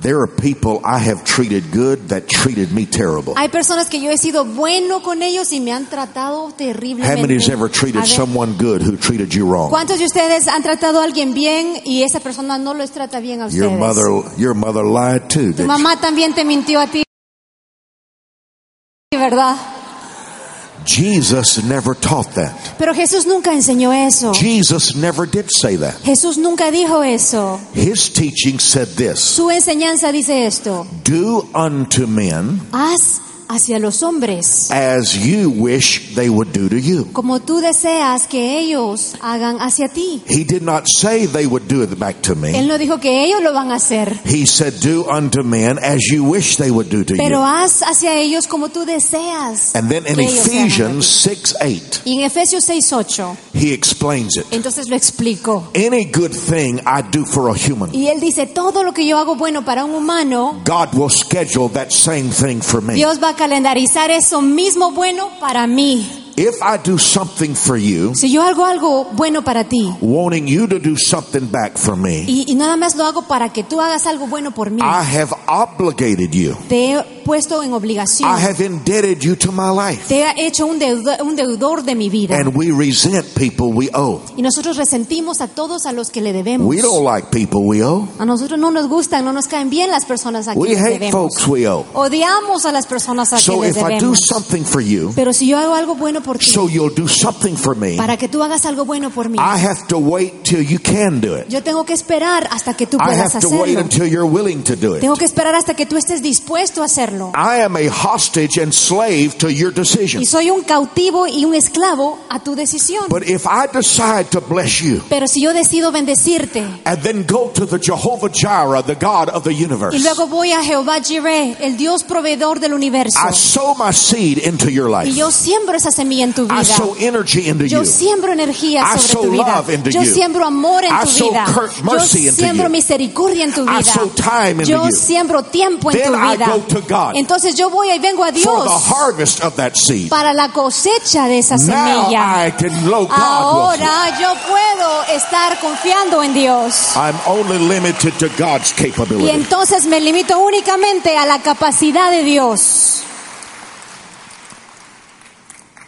There are people I have treated good that treated me terrible.
Hay personas que yo he sido bueno con ellos y me han tratado
How many has
terriblemente.
ever
A
treated
ver,
someone good who treated you wrong?
¿Cuántos de ustedes han tratado a alguien bien y esa persona no los trata bien a ustedes?
Your mother, your mother lied too.
tu
didn't she?
mamá también te mintió a ti. Sí, ¿Verdad?
Jesus never taught that.
Pero Jesús nunca enseñó eso.
Jesus never did say that.
Jesús nunca dijo eso.
His teaching said this:
Su enseñanza dice esto.
Do unto men
Haz hacia los hombres,
as you wish they would do to you.
como tú deseas que ellos hagan hacia ti.
He did not say they would do it back to me.
Él no dijo que ellos lo van a hacer,
He said, Do unto men as you wish they would do to
pero
you.
haz hacia ellos como tú deseas.
And then in
que ellos hagan hacia
Ephesians
ti.
6 8,
Y en Efesios 6:8,
he explains it.
entonces lo explico.
Any good thing I do for a human,
Y él dice, todo lo que yo hago bueno para un humano,
God will schedule that same thing for me.
Dios va a calendarizar eso mismo bueno para mí.
If I do something for you,
Si yo hago algo bueno para ti
wanting you to do something back for me,
y, y nada más lo hago para que tú hagas algo bueno por mí,
I have obligated you.
te he puesto en obligación,
I have indebted you to my life.
te he hecho un, deuda- un deudor de mi vida.
And we resent people we owe.
Y nosotros resentimos a todos a los que le debemos.
We don't like people we owe.
A nosotros no nos gustan, no nos caen bien las personas a
We
quienes
hate
debemos.
folks we owe.
Odiamos a las personas a
So if
quienes
I do
debemos.
something for you,
Pero si yo hago algo bueno por ti,
so you'll do something for me,
para que tú hagas algo bueno por mí,
I have to wait till you can do it.
yo tengo que esperar hasta que tú
I
puedas
have to wait
hacerlo.
until you're willing to do it.
Tengo que esperar hasta que tú estés dispuesto a hacerlo.
I am a hostage and slave to your
Y
decisions.
soy un cautivo y un esclavo a tu decisión.
But if I decide to bless you
Pero si yo decido bendecirte
and then go to the Jehovah Jireh, the God of the
y
universe,
luego voy a Jehová Jireh, el Dios proveedor del universo,
I sow my seed into your
y
life.
yo siembro esa semilla en tu
I
vida.
sow energy into
Yo
you.
siembro energía
I
sobre
sow
tu vida.
love into
Yo
you.
siembro amor en
I
tu
sow
vida.
cur-
Yo
mercy into
siembro
you.
misericordia en tu
I
vida.
sow time into
Yo
you.
siembro tiempo en
Then
tu
I
vida.
go to God.
Entonces yo voy y vengo a
For the
Dios
harvest of that seed.
para la cosecha de esa
Now
semilla.
I can know God will.
Ahora yo puedo estar confiando en Dios.
I'm only limited to God's
Y
capability.
entonces me limito únicamente a la capacidad de Dios.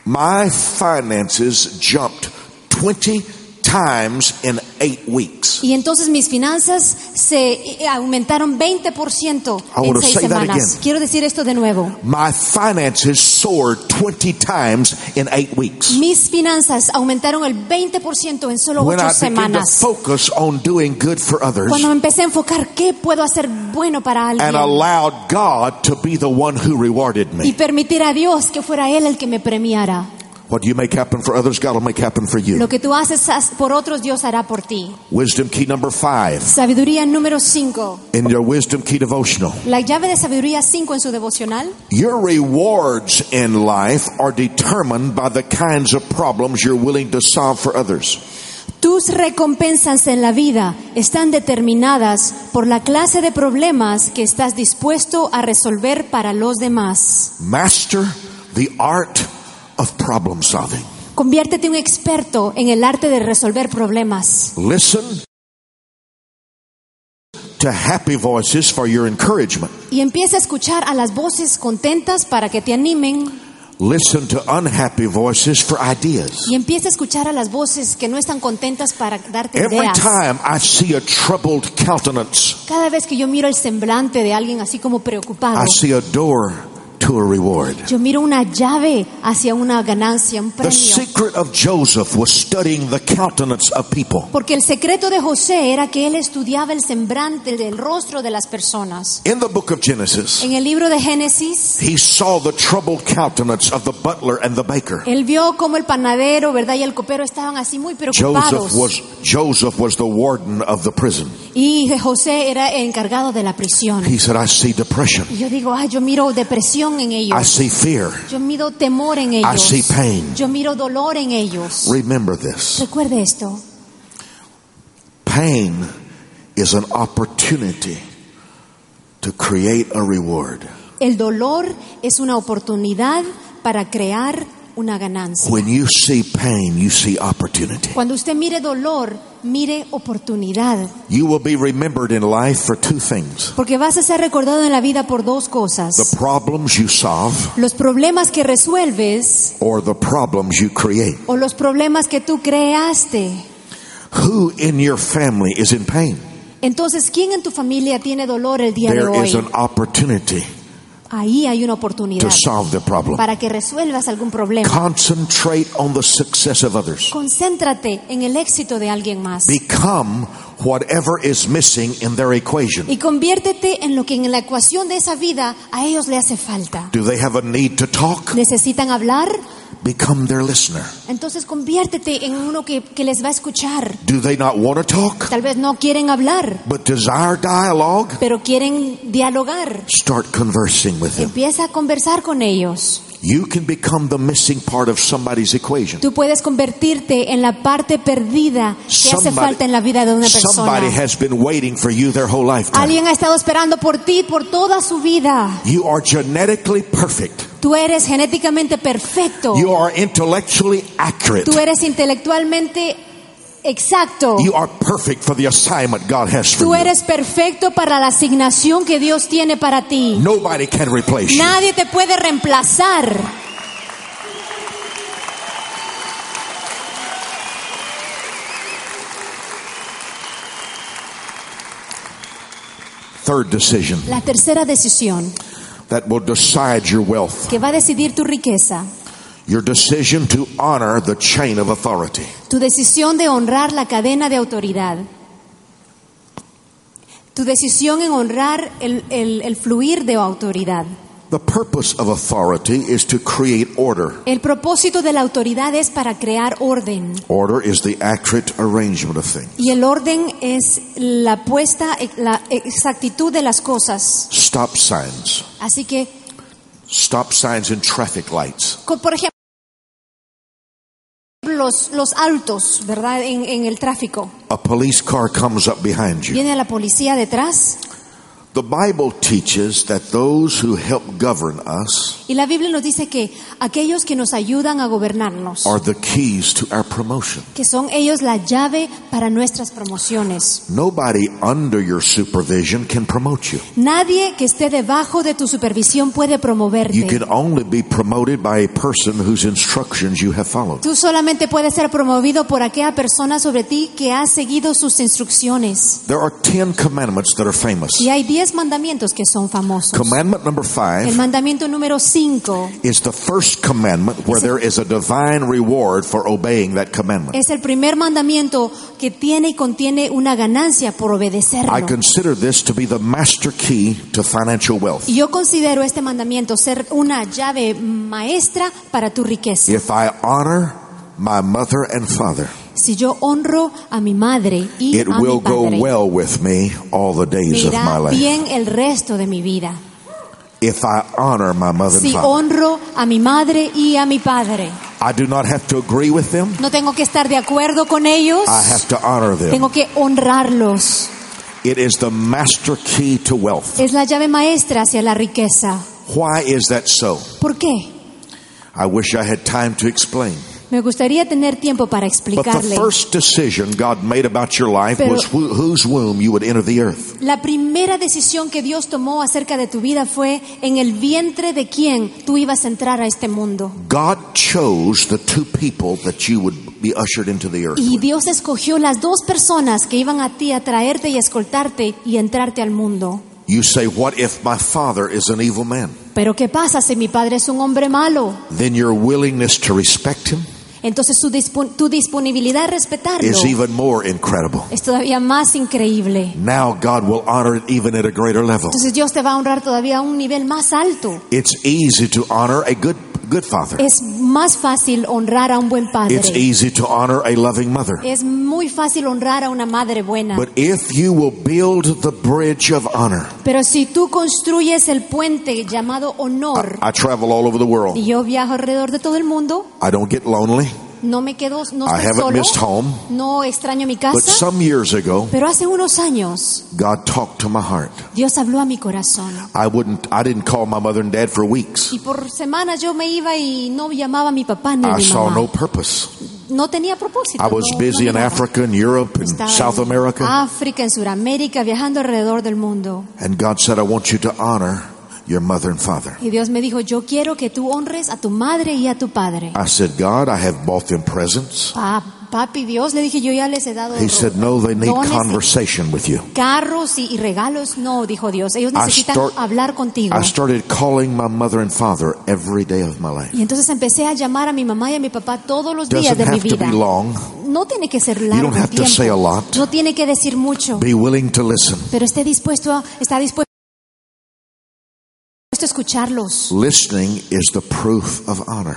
My finances jumped 20 times in eight weeks.
Y entonces mis finanzas se eh, aumentaron 20%
wanna
en seis
say that
semanas.
again.
Quiero decir esto de nuevo.
My finances soared 20 times in eight weeks.
Mis finanzas aumentaron el 20% en solo
When I
ocho
began to
semanas.
focus on doing good for others
Cuando me empecé a enfocar qué puedo hacer bueno para
and
alguien
allowed God to be the one who rewarded
y
me.
permitir a Dios que fuera Él el que me premiara.
What you make happen for others, God will make happen for you.
Lo que tú haces haz- por otros, Dios hará por ti.
Wisdom key number five
Sabiduría número 5.
in your wisdom key devotional.
La llave de sabiduría 5 en su devocional.
Your rewards in life are determined by the kinds of problems you're willing to solve for others.
Tus recompensas en la vida están determinadas por la clase de problemas que estás dispuesto a resolver para los demás.
Master the art of problem solving.
Conviértete en un experto en el arte de resolver problemas.
Listen to happy voices for your encouragement.
Y empieza a escuchar a las voces contentas para que te animen.
Listen to unhappy voices for ideas.
Y empieza a escuchar a las voces que no están contentas para darte
Every
ideas.
time I see a troubled countenance,
Cada vez que yo miro el semblante de alguien así como preocupado,
I see a door to a reward.
yo miro una llave hacia una ganancia, un
The
premio.
secret of Joseph was studying the countenance of people.
Porque el secreto de José era que él estudiaba el semblante del rostro de las personas.
In the book of Genesis,
En el libro de Génesis,
He saw the troubled countenance of the butler and the baker.
él vio cómo el panadero, ¿verdad? Y el copero estaban así muy
Joseph
preocupados.
was Joseph was the warden of the prison.
Y José era el encargado de la prisión.
He said, "I see depression.
Y yo digo, ay, yo miro depresión en
I
ellos.
see fear.
Yo miro temor en
I see
ellos.
pain."
Yo miro dolor en ellos.
Remember this.
Recuerde esto.
Pain is an opportunity to create a reward.
El dolor es una oportunidad para crear una ganancia.
When you see pain, you see opportunity.
Cuando usted mire dolor, mire oportunidad.
You will be remembered in life for two things.
Porque vas a ser recordado en la vida por dos
The
cosas.
problems you solve
Los problemas que resuelves
or the problems you create.
o los problemas que tú creaste.
Who in your family is in pain?
Entonces, ¿quién en tu familia tiene dolor el día de
There is
hoy?
an opportunity
Ahí hay una
to
oportunidad.
solve the problem.
para que resuelvas algún problema.
Concentrate on the success of others.
Concéntrate en el éxito de alguien más.
Become whatever is missing in their equation.
y conviértete en lo que en la ecuación de esa vida a ellos le hace falta.
Do they have a need to talk?
¿Necesitan hablar?
Become their listener.
Entonces conviértete en uno que, que les va a escuchar.
Do they not want to talk
Tal vez no quieren hablar,
but desire dialogue?
pero quieren dialogar.
Start conversing with them.
Empieza a conversar con ellos.
You can become the missing part of somebody's equation.
Tú puedes convertirte en la parte perdida que hace
Somebody-
falta en la vida de una
Somebody
persona.
has been waiting for you their whole lifetime.
Alguien ha estado esperando por ti por toda su vida.
You are genetically perfect.
Tú eres genéticamente perfecto.
You are intellectually accurate.
Tú eres intelectualmente exacto.
You are perfect for the assignment God has for
Tú
you.
eres perfecto para la asignación que Dios tiene para ti.
Nobody can replace you.
Nadie te puede reemplazar.
Third decision
La tercera decisión
that will decide your wealth.
que va a decidir tu riqueza,
Your decision to honor the chain of authority.
tu decisión de honrar la cadena de autoridad, tu decisión en honrar el, el- el fluir de autoridad.
The purpose of authority is to create order.
El propósito de la autoridad es para crear orden
Order is the accurate arrangement of things.
y el orden es la puesta, la exactitud de las cosas.
Stop signs,
Así que,
stop signs and traffic lights.
co- por ejemplo, los, los altos, ¿verdad? En, en el tráfico.
A police car comes up behind you.
Viene la policía detrás
The Bible teaches that those who help govern us
y la Biblia nos dice que aquellos que nos ayudan a gobernarnos,
are the keys to our promotion.
que son ellos la llave para nuestras promociones.
Nobody under your supervision can promote you.
Nadie que esté debajo de tu supervisión puede
You
promoverte.
can only be promoted by a person whose instructions you have followed.
Tú solamente puedes ser promovido por aquella persona sobre ti que ha seguido sus instrucciones.
There are 10 commandments that are famous.
Y hay diez mandamientos que son famosos.
Commandment number
El
5
mandamiento número cinco
is the first commandment where there is a divine reward for obeying that commandment.
es el primer mandamiento que tiene y contiene una ganancia por
I
obedecerlo.
consider this to be the master key to financial wealth.
Y yo considero este mandamiento ser una llave maestra para tu riqueza.
If I honor my mother and father,
Si yo honro a mi madre y
it
a mi
will go
padre,
well with me all the
me
days of my
irá
life.
bien el resto de mi vida.
If I honor my mother and
Si
father,
honro a mi madre y a mi padre,
I do not have to agree with them.
no tengo que estar de acuerdo con ellos,
I have to honor them.
tengo que honrarlos.
It is the master key to wealth.
Es la llave maestra hacia la riqueza.
Why is that so?
¿Por qué?
I wish I had time to explain.
Me gustaría tener tiempo para
But the
explicarle.
first decision God made about your life
Pero-
was who, whose womb you would enter the earth.
La primera decisión que Dios tomó acerca de tu vida fue en el vientre de quién tú ibas a entrar a este mundo.
God chose the two people that you would be ushered into the earth.
Y Dios escogió las dos personas que iban a ti a traerte y a escoltarte y a entrarte al mundo.
You say, What if my father is an evil man?
Pero ¿qué pasa si mi padre es un hombre malo?
Then your willingness to respect him
Entonces su dispu- tu disponibilidad a respetarlo
is even more incredible.
es todavía más increíble.
Now God will honor it even at a greater level.
Entonces Dios te va a honrar todavía a un nivel más alto.
It's easy to honor a good good father.
Es más fácil honrar a un buen padre.
It's easy to honor a loving mother.
Es muy fácil honrar a una madre buena.
But if you will build the bridge of honor,
Pero si tú construyes el puente llamado honor,
I travel all over the world.
y yo viajo alrededor de todo el mundo,
I don't get lonely.
no me quedo, no
I
estoy
haven't
solo,
missed home.
no extraño mi
But
casa,
some years ago,
pero hace unos años
God talked to my heart.
Dios habló a mi corazón.
I wouldn't I didn't call my mother and dad for weeks.
Y por semanas yo me iba y no llamaba a mi papá ni a
I
mi
saw
mamá.
Ah, no purpose.
No tenía propósito.
I was
no-
busy
no
in
miraba.
Africa and Europe and
Estaba
South
en
America.
África, en Sudamérica, viajando alrededor del mundo.
And God said, I want you to honor your mother and father.
Y Dios me dijo, yo quiero que tú honres a tu madre y a tu padre.
I said, God, I have bought them presents.
Pa- papi Dios, le dije, yo ya les he dado
He said, No, they need
dones y
conversation with you.
carros y, y regalos. No, dijo Dios, ellos
I
necesitan
start-
hablar contigo.
I started calling my mother and father every day of my life.
Y entonces empecé a llamar a mi mamá y a mi papá todos los días
Doesn't
de mi
have to
vida.
be long.
No tiene que ser
You
largo
don't
el
have to say a
tiempo.
lot.
No tiene que decir mucho,
Be willing to listen.
pero esté dispuesto a, está dispuesto a escucharlos.
Listening is the proof of honor.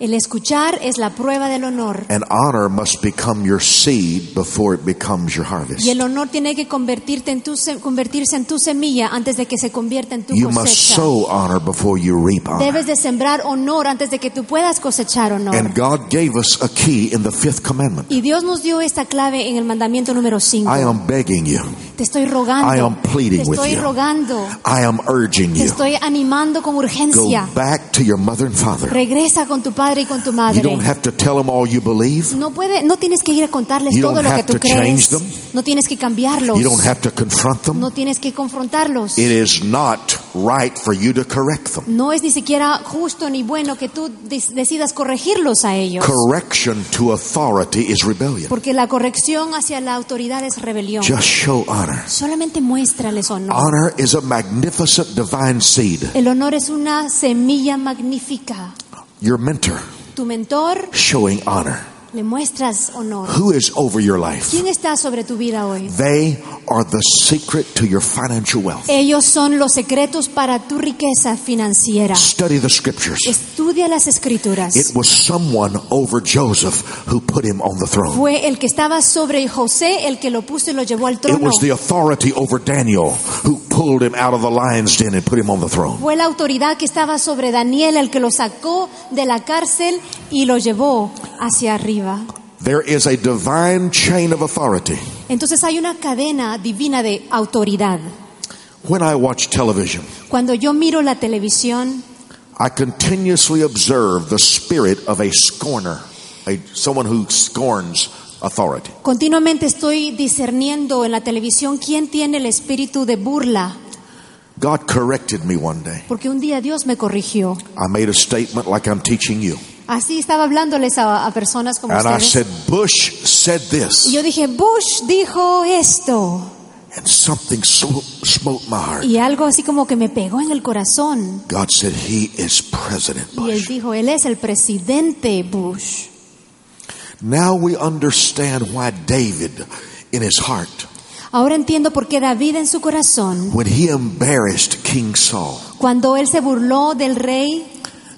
El escuchar es la prueba del honor.
And honor must become your seed before it becomes your harvest.
Y el honor tiene que convertirte en tu se- convertirse en tu semilla antes de que se convierta en tu
You must
cosecha.
sow honor before you reap honor.
Debes de sembrar honor antes de que tú puedas cosechar honor.
And God gave us a key in the fifth commandment.
Y Dios nos dio esta clave en el mandamiento número 5.
I am begging you.
Te estoy rogando.
I am
Te
pleading with
estoy
you.
rogando.
I am urging
Te
you.
estoy animando con urgencia.
Go back to your mother and father.
Regresa con tu padre y con tu
You
madre.
don't have to tell them all you believe.
No puede, no tienes que ir a contarles
You
todo
don't
lo que
have
tú
to change
crees.
them.
No tienes que cambiarlos.
You don't have to confront them.
No tienes que confrontarlos.
It is not right for you to correct them.
No es ni siquiera justo ni bueno que tú des- decidas corregirlos a ellos.
Correction to authority is rebellion.
Porque la corrección hacia la autoridad es rebelión.
Just Ah. show honor.
Solamente muéstrales honor.
Honor is a magnificent divine seed.
El honor es una semilla magnífica.
Your mentor
Tu mentor
showing honor.
le muestras honor.
Who is over your life?
¿Quién está sobre tu vida hoy?
They are the secret to your financial wealth.
Ellos son los secretos para tu riqueza financiera.
Study the scriptures.
Estudia las escrituras.
It was someone over Joseph who put him on the throne.
Fue el que estaba sobre José el que lo puso y lo llevó al
It
trono.
was the authority over Daniel who pulled him out of the lion's den and put him on the throne.
Fue la autoridad que estaba sobre Daniel el que lo sacó de la cárcel y lo llevó hacia arriba.
There is a divine chain of authority.
Entonces hay una cadena divina de autoridad.
When I watch television,
Cuando yo miro la televisión,
I continuously observe the spirit of a scorner, a, someone who scorns authority.
continuamente estoy discerniendo en la televisión quién tiene el espíritu de burla,
God corrected me one day.
porque un día Dios me corrigió.
I made a statement like I'm teaching you.
Así estaba hablándoles a, a personas como
And I
ustedes.
said, Bush said
Y
this.
yo dije, Bush dijo esto.
And something so smote my heart.
Y algo así como que me pegó en el corazón.
God said, He is President
Y él
Bush.
dijo, él es el presidente Bush.
Now we understand why David, in his heart,
Ahora entiendo por qué David en su corazón,
when he embarrassed King Saul,
cuando él se burló del rey,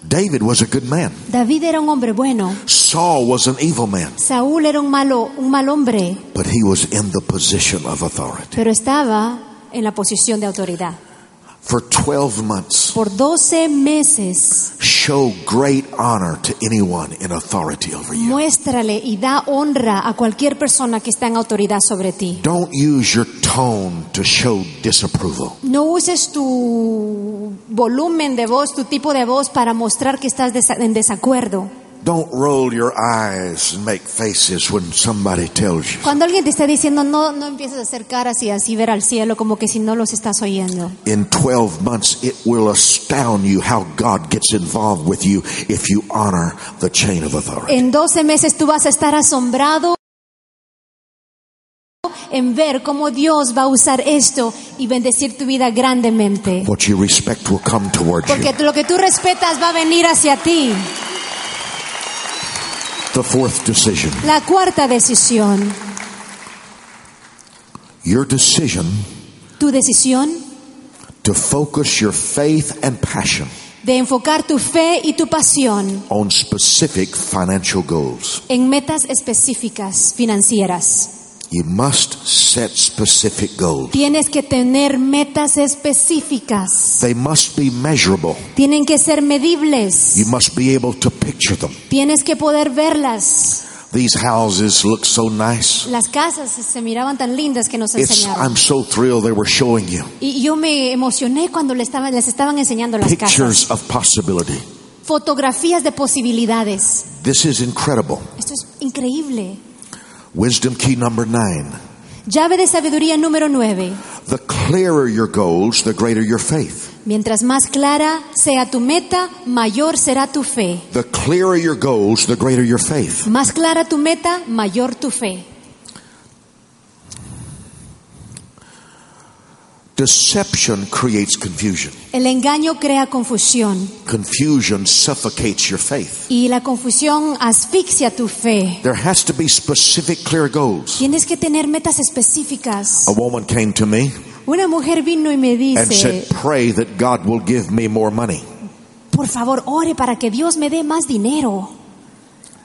David was a good man.
David era un hombre bueno.
Saul was an evil man,
Saúl era un malo, un mal hombre,
but he was in the position of authority.
pero estaba en la posición de autoridad.
For 12 months,
Por 12 meses
show great honor to anyone in authority over you.
muéstrale y da honra a cualquier persona que está en autoridad sobre ti.
Don't use your tone to show disapproval.
No uses tu volumen de voz, tu tipo de voz para mostrar que estás desa- en desacuerdo.
Don't roll your eyes and make faces when somebody tells you.
Cuando alguien te está diciendo no, no empieces a hacer caras y así ver al cielo como que si no los estás oyendo.
In 12 months, it will astound you how God gets involved with you if you honor the chain of authority.
En 12 meses tú vas a estar asombrado en ver cómo Dios va a usar esto y bendecir tu vida grandemente.
What you respect will come towards you.
Porque lo que tú respetas va a venir hacia ti.
The fourth decision.
La cuarta decisión.
Your decision
Tu decisión
to focus your faith and passion
de enfocar tu fe y tu pasión
on specific financial goals.
en metas específicas financieras.
You must set specific goals.
Tienes que tener metas específicas.
They must be measurable.
Tienen que ser medibles.
You must be able to picture them.
Tienes que poder verlas.
These houses look so nice.
Las casas se miraban tan lindas que nos
It's,
enseñaban.
I'm so thrilled they were showing you
Y yo me emocioné cuando les estaban, les estaban enseñando las casas.
pictures of possibility.
Fotografías de posibilidades.
This is incredible.
Esto es increíble.
Wisdom key number nine.
Llave de sabiduría número 9.
The clearer your goals, the greater your faith.
Mientras más clara sea tu meta, mayor será tu fe.
The clearer your goals, the greater your faith.
Más clara tu meta, mayor tu fe.
Deception creates confusion.
El engaño crea confusión
Confusion suffocates your faith.
y la confusión asfixia tu fe.
There has to be specific, clear goals.
Tienes que tener metas específicas.
A woman came to me
Una mujer vino y me
and said,
dice,
Pray that God will give me more money.
por favor, ore para que Dios me dé más dinero.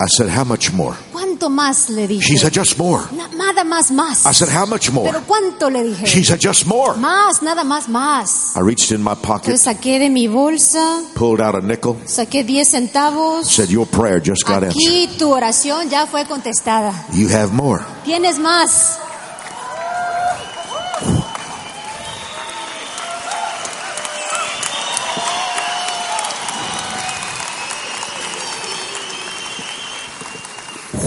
I said, How much more?
¿Cuánto más le
She
dije?
said, Just more.
Na- Nada más, más.
I said, How much more?
Pero ¿cuánto le
She
dije?
said, Just more.
Más, nada más, más.
I reached in my
Entonces
pocket,
saqué de mi bolsa,
pulled out a nickel,
saqué 10 centavos.
said, Your prayer just got answered.
Aquí tu oración ya fue contestada.
You have more.
Tienes más.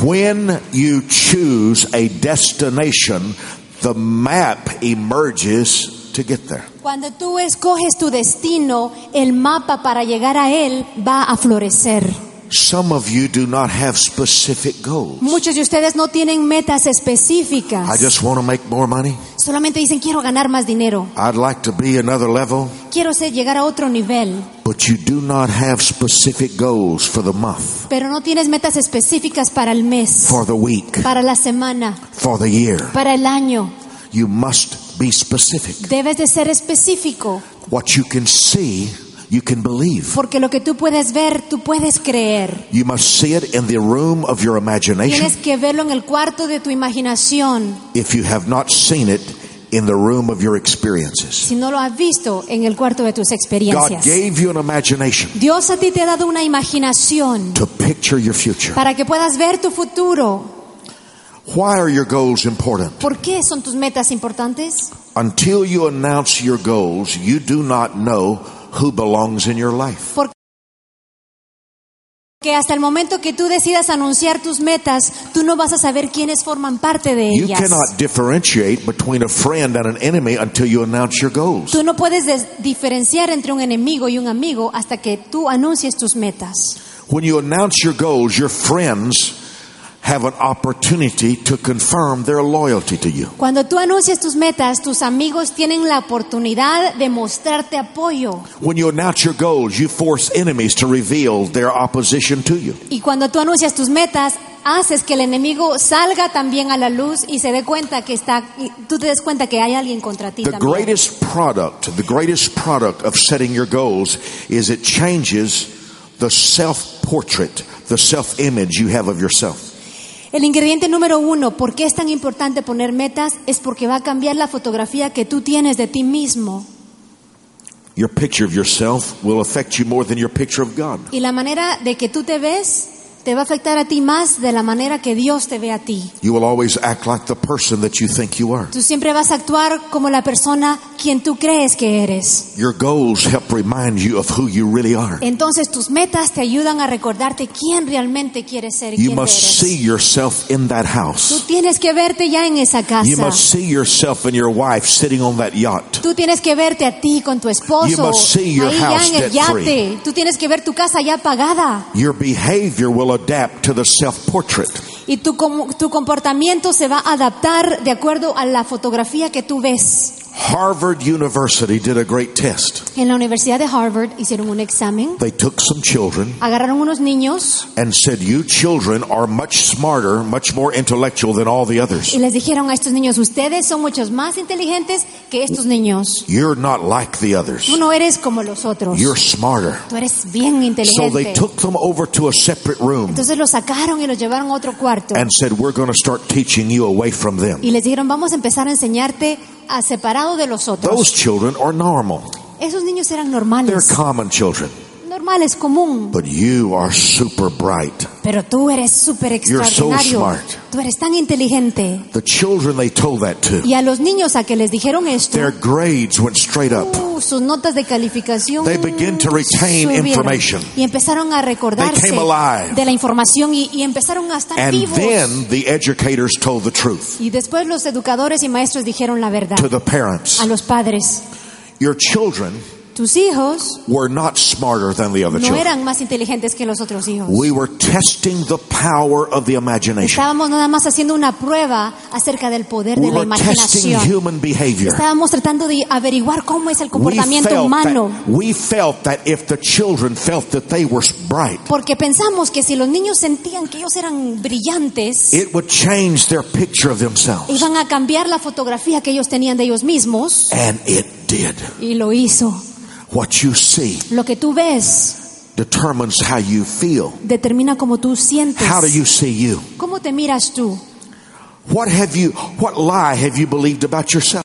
When you choose a destination, the map emerges to get there.
Cuando tú escoges tu destino, el mapa para llegar a él va a florecer.
Some of you do not have specific goals.
Muchos de ustedes no tienen metas
I
específicas.
just want to make more money.
Solamente dicen quiero ganar más dinero,
I'd like to be another level.
quiero ser llegar a otro nivel,
But you do not have specific goals for the month,
pero no tienes metas específicas para el mes,
for the week,
para la semana,
for the year.
para el año.
You must be specific.
Debes de ser específico,
What you can see, you can believe.
porque lo que tú puedes ver, tú puedes creer.
You must see it in the room of your imagination
Tienes que verlo en el cuarto de tu imaginación,
if you have not seen it in the room of your experiences.
si no lo has visto en el cuarto de tus
God
experiencias.
gave you an imagination
Dios a ti te ha dado una imaginación
to picture your future.
para que puedas ver tu futuro.
Why are your goals important?
¿Por qué son tus metas importantes?
Until you announce your goals, you do not know who belongs in your life.
Que hasta el momento que tú decidas anunciar tus metas, tú no vas a saber quiénes forman parte de
You
ellas.
cannot differentiate between a friend and an enemy until you announce your goals.
Tú no puedes des- diferenciar entre un enemigo y un amigo hasta que tú anuncies tus metas.
When you announce your goals, your friends have an opportunity to confirm their loyalty to you.
Cuando tú anuncias tus metas, tus amigos tienen la oportunidad de mostrarte apoyo.
When you announce your goals, you force enemies to reveal their opposition to you.
Y cuando tú anuncias tus metas, haces que el enemigo salga también a la luz y se dé cuenta que está, y tú te des cuenta que hay alguien contra ti
The
también.
greatest product, the greatest product of setting your goals is it changes the self portrait, the self image you have of yourself.
El ingrediente número uno, ¿por qué es tan importante poner metas? Es porque va a cambiar la fotografía que tú tienes de ti mismo.
Your picture of yourself will affect you more than your picture of God.
Y la manera de que tú te ves te va a afectar a ti más de la manera que Dios te ve a ti.
You will always act like the person that you think you are.
Tú siempre vas a actuar como la persona quien tú crees que eres.
Your goals help remind you of who you really are.
Entonces tus metas te ayudan a recordarte quién realmente quieres ser y
You
quién
must
eres.
see yourself in that
Tú
house.
tienes que verte ya en esa
You
casa.
must see yourself and your wife sitting on that yacht.
Tú tienes que verte a ti con tu
You
esposo
must see your
ahí ya
house
en el
debt
yate.
free.
Tú tienes que ver tu casa ya pagada
Your behavior will adapt to the self portrait.
y tu, com- tu comportamiento se va a adaptar de acuerdo a la fotografía que tú ves.
Harvard University did a great test.
En la Universidad de Harvard hicieron un examen,
They took some children
agarraron unos niños
and said, You children are much smarter, much more intellectual than all the others.
y les dijeron a estos niños, ustedes son muchos más inteligentes que estos niños.
You're not like the
Tú
others.
no eres como los otros.
You're smarter.
Tú eres bien
So they
inteligente.
took them over to a separate room
Entonces los sacaron y los llevaron a otro cuarto.
and said, We're going to start teaching you away from them.
y les dijeron, vamos a empezar a enseñarte a separado de los otros.
Those children are normal.
Esos niños eran
They're
normales,
common children.
normales, común,
But you are super bright.
pero tú eres súper
You're so
extraordinario.
smart.
Tú eres tan inteligente.
The children they told that to,
Y a los niños a que les dijeron esto,
their grades went straight up.
uh, sus notas de calificación
They begin to retain
subieron.
information.
y empezaron a recordarse
They came alive.
de la información y, y empezaron a estar
And
vivos.
then the educators told the truth
y después los educadores y maestros dijeron la verdad
to the parents.
a los padres.
Your children
Tus hijos
were not smarter than the other
no
children.
eran más inteligentes que los otros hijos.
We were testing the power of the imagination.
Estábamos nada más haciendo una prueba acerca del poder
We
de la
were testing
imaginación.
human behavior.
Estábamos tratando de averiguar cómo es el
We
comportamiento
felt
humano.
that- we felt that if the children felt that they were bright,
Porque pensamos que si los niños sentían que ellos eran brillantes,
it would change their picture of themselves.
iban a cambiar la fotografía que ellos tenían de ellos mismos.
And it did.
Y lo hizo.
What you see
Lo que tú ves
determines how you feel.
determina cómo tú sientes.
How do you see you?
¿Cómo te miras tú?
What have you what lie have you believed about yourself?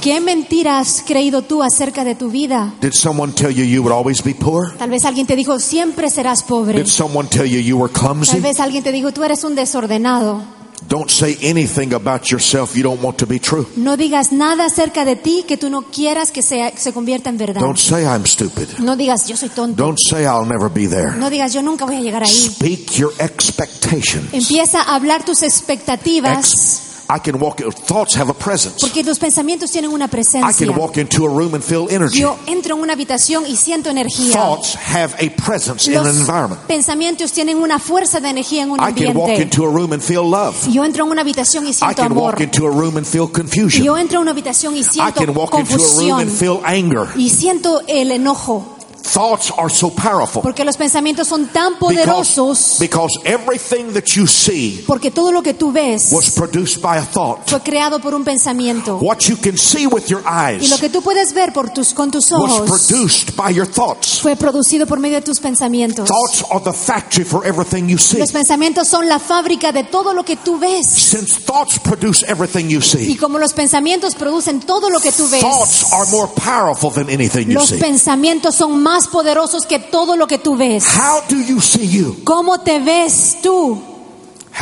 ¿Qué mentira has creído tú acerca de tu vida?
Did someone tell you you would always be poor?
Tal vez alguien te dijo, siempre serás pobre.
Did someone tell you you were
Tal
clumsy?
vez alguien te dijo, tú eres un desordenado.
Don't say anything about yourself you don't want to be true.
No digas nada acerca de ti que tú no quieras que sea- se convierta en verdad.
Don't say I'm stupid.
No digas, yo soy tonto.
Don't say I'll never be there.
No digas, yo nunca voy a llegar ahí.
Speak your expectations.
Empieza a hablar tus expectativas,
Ex- I can walk thoughts have a presence.
porque tus pensamientos tienen una
I
presencia.
can walk into a room and feel energy.
Yo entro en una habitación y siento energía.
Thoughts have a presence in an
Los
environment.
pensamientos tienen una fuerza de energía en un
I can walk
ambiente.
into a room and feel love.
Yo entro en una habitación y
I
siento
can walk
amor.
into a room and feel confusion.
Yo entro en una habitación y
I
siento
can walk into a room
confusión.
and feel anger.
Y siento el enojo,
Thoughts are so powerful
porque los pensamientos son tan
because,
poderosos,
because everything that you see
porque todo lo que tú
was
ves
produced by a thought.
fue creado por un pensamiento.
What you can see with your
Y lo
eyes
que tú puedes ver por tus, con tus
was
ojos
produced by your thoughts.
fue producido por medio de tus pensamientos.
Thoughts are the factory for everything you see.
Los pensamientos son la fábrica de todo lo que tú ves.
Since thoughts produce everything you
Y
see,
como los pensamientos producen todo lo que tú ves,
thoughts are more powerful than anything you
los
see.
pensamientos son más poderosos que todo lo que tú ves.
How do you see you?
¿Cómo te ves tú?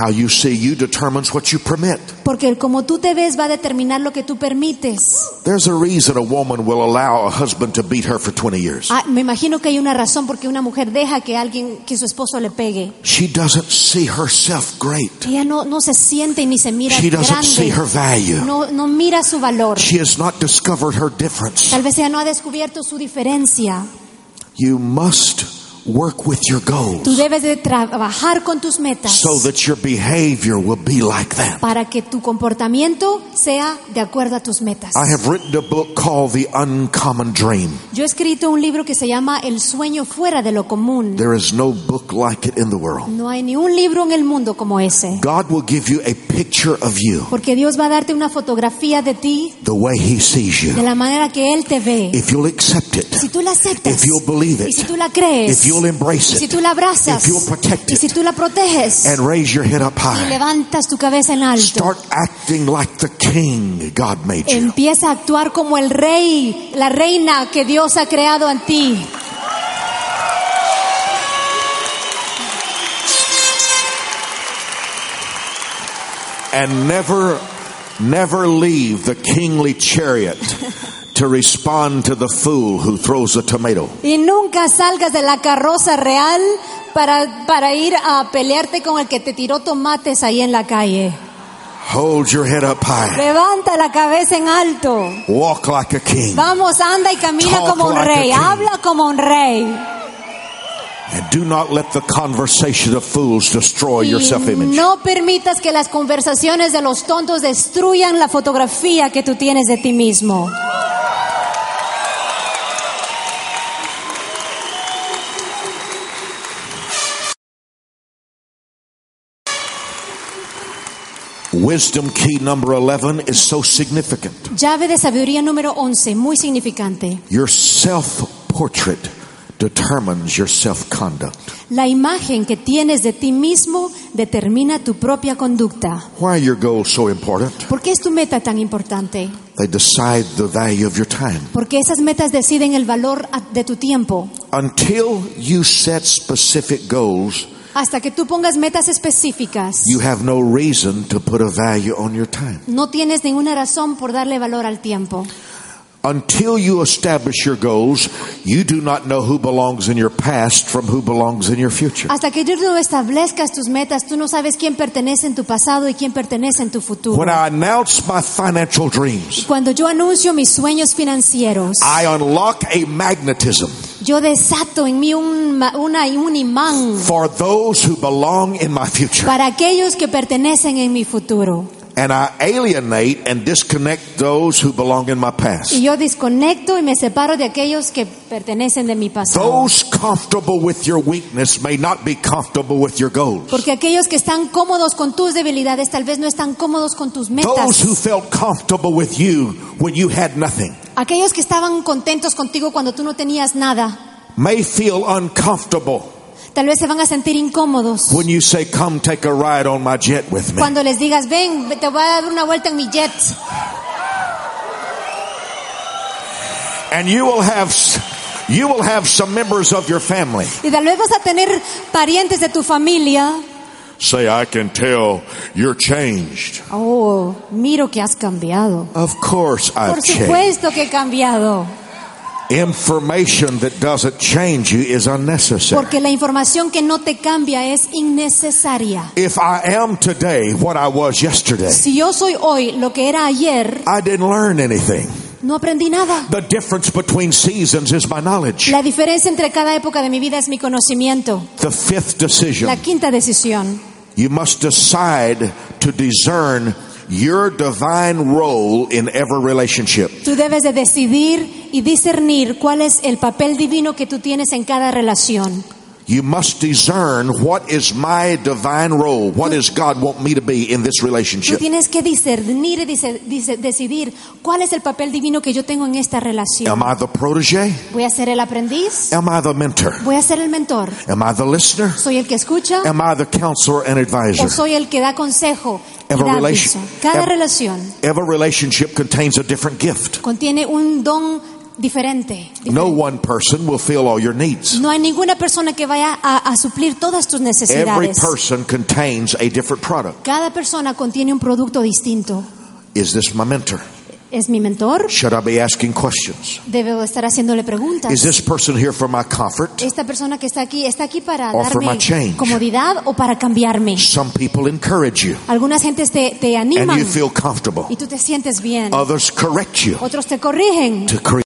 How you see you determines what you permit.
Porque el cómo tú te ves va a determinar lo que tú permites.
There's a reason a woman will allow a husband to beat her for 20 years.
Ah, me imagino que hay una razón porque una mujer deja que alguien, que su esposo le pegue.
She doesn't see herself great.
Ella no, no se siente ni se mira
She doesn't see her
grande.
value.
No, no mira su valor.
She has not discovered her difference.
Tal vez ella no ha descubierto su diferencia.
You must work with your
Tú
goals
debes de trabajar con tus metas
so that your behavior will be like that.
para que tu comportamiento sea de acuerdo a tus metas.
I have written a book called The Uncommon Dream.
Yo he escrito un libro que se llama El sueño fuera de lo común.
There is no book like it in the world.
No hay ni un libro en el mundo como ese.
God will give you a picture of you
Porque Dios va a darte una fotografía de ti
the way He sees
de
you.
la manera que Él te ve.
If you'll accept it,
Si tú la aceptas,
if you'll believe
y si
it,
tú la crees,
if you'll embrace
y si
it,
tú la abrazas,
if you'll protect
y si
it,
tú la proteges,
and raise your head up
y
high,
levantas tu cabeza en alto,
start acting like the King God made you.
empieza a actuar como el rey, la reina que Dios ha creado en ti.
and never never leave the kingly
<laughs>
chariot to respond to the fool who throws a tomato
Y nunca salgas de la carroza real para, para ir a pelearte con el que te tiró tomates ahí en la calle.
hold your head up high
Levanta la cabeza en alto.
walk like a king
Vamos, anda y camina
Talk
como un
like a
rey,
king.
habla como un rey.
and do not let the conversation of fools destroy your
Y
Oh, self-image
no permitas que las conversaciones de los tontos destruyan la fotografía que tú tienes de ti mismo.
wisdom key number 11 is so significant
Llave de sabiduría número 11, muy significante.
your self-portrait determines your self-conduct
La imagen que tienes de ti mismo determina tu propia conducta.
why are your goals so important
¿Por qué es tu meta tan importante?
they decide the value of your time
Porque esas metas deciden el valor a- de tu tiempo.
until you set specific goals
Hasta que tú pongas metas específicas,
You have no reason to put a value on your time.
no tienes ninguna razón por darle valor al tiempo.
Until you establish your goals, you do not know who belongs in your past from who belongs in your future.
Hasta que tú no establezcas tus metas, tú no sabes quién pertenece en tu pasado y quién pertenece en tu futuro.
When I announce my financial dreams,
Cuando yo anuncio mis sueños financieros,
I unlock a magnetism
yo desato en mí un, ma- una- un imán
for those who belong in my future.
para aquellos que pertenecen en mi futuro.
And I alienate and disconnect those who belong in my
Y
past.
yo desconecto y me separo de aquellos que pertenecen de mi pasado.
Those comfortable with your weakness may not be comfortable with your goals.
Porque aquellos que están cómodos con tus debilidades tal vez no están cómodos con tus
Those who
metas.
felt comfortable with you when you had nothing
Aquellos que estaban contentos contigo cuando tú no tenías nada,
may feel uncomfortable
tal vez se van a sentir incómodos.
when you say, Come take a ride on my jet with me.
Cuando les digas, ven, te voy a dar una vuelta en mi jet.
And you will have. s- You will have some members of your family
Y tal vez vas a tener parientes de tu familia.
say, I can tell you're changed.
Oh, miro que has cambiado.
Of course I've
Por
changed.
supuesto que he cambiado.
Information that doesn't change you is unnecessary.
Porque la información que no te cambia es innecesaria.
If I am today what I was yesterday,
Si yo soy hoy lo que era ayer,
I didn't learn anything.
no aprendí nada.
The difference between seasons is my knowledge.
La diferencia entre cada época de mi vida es mi conocimiento.
The fifth decision.
La quinta decisión.
You must decide to discern your divine role in every relationship.
Tú debes de decidir y discernir cuál es el papel divino que tú tienes en cada relación.
You must discern what is my divine role? What does God want me to be in this
Tú
relationship?
tienes que discernir y dice- dice- decidir cuál es el papel divino que yo tengo en esta
Am
relación.
I the protege?
¿Voy a ser el aprendiz?
Am I the mentor?
¿Voy a ser el mentor?
Am I the listener?
¿Soy el que escucha?
Am I the counselor and
¿O
advisor?
soy el que da consejo? y
Every
da
relation-
aviso? Cada
ev-
relación
Every relationship contains a different gift.
contiene un don diferente.
No one person will fill all your needs.
No hay ninguna persona que vaya a, a suplir todas tus
Every
necesidades.
person contains a different product.
Cada persona contiene un producto distinto.
Is this my mentor?
¿Es mi mentor?
Should I be asking questions?
Debo estar haciéndole preguntas.
Is this person here for my comfort?
Esta persona que está aquí, ¿está aquí para
Or for my
darme
change.
comodidad o para cambiarme?
Some people encourage you
Algunas gentes te, te
and
animan
you feel comfortable.
y tú te sientes bien.
Others correct you
Otros te corrigen
to create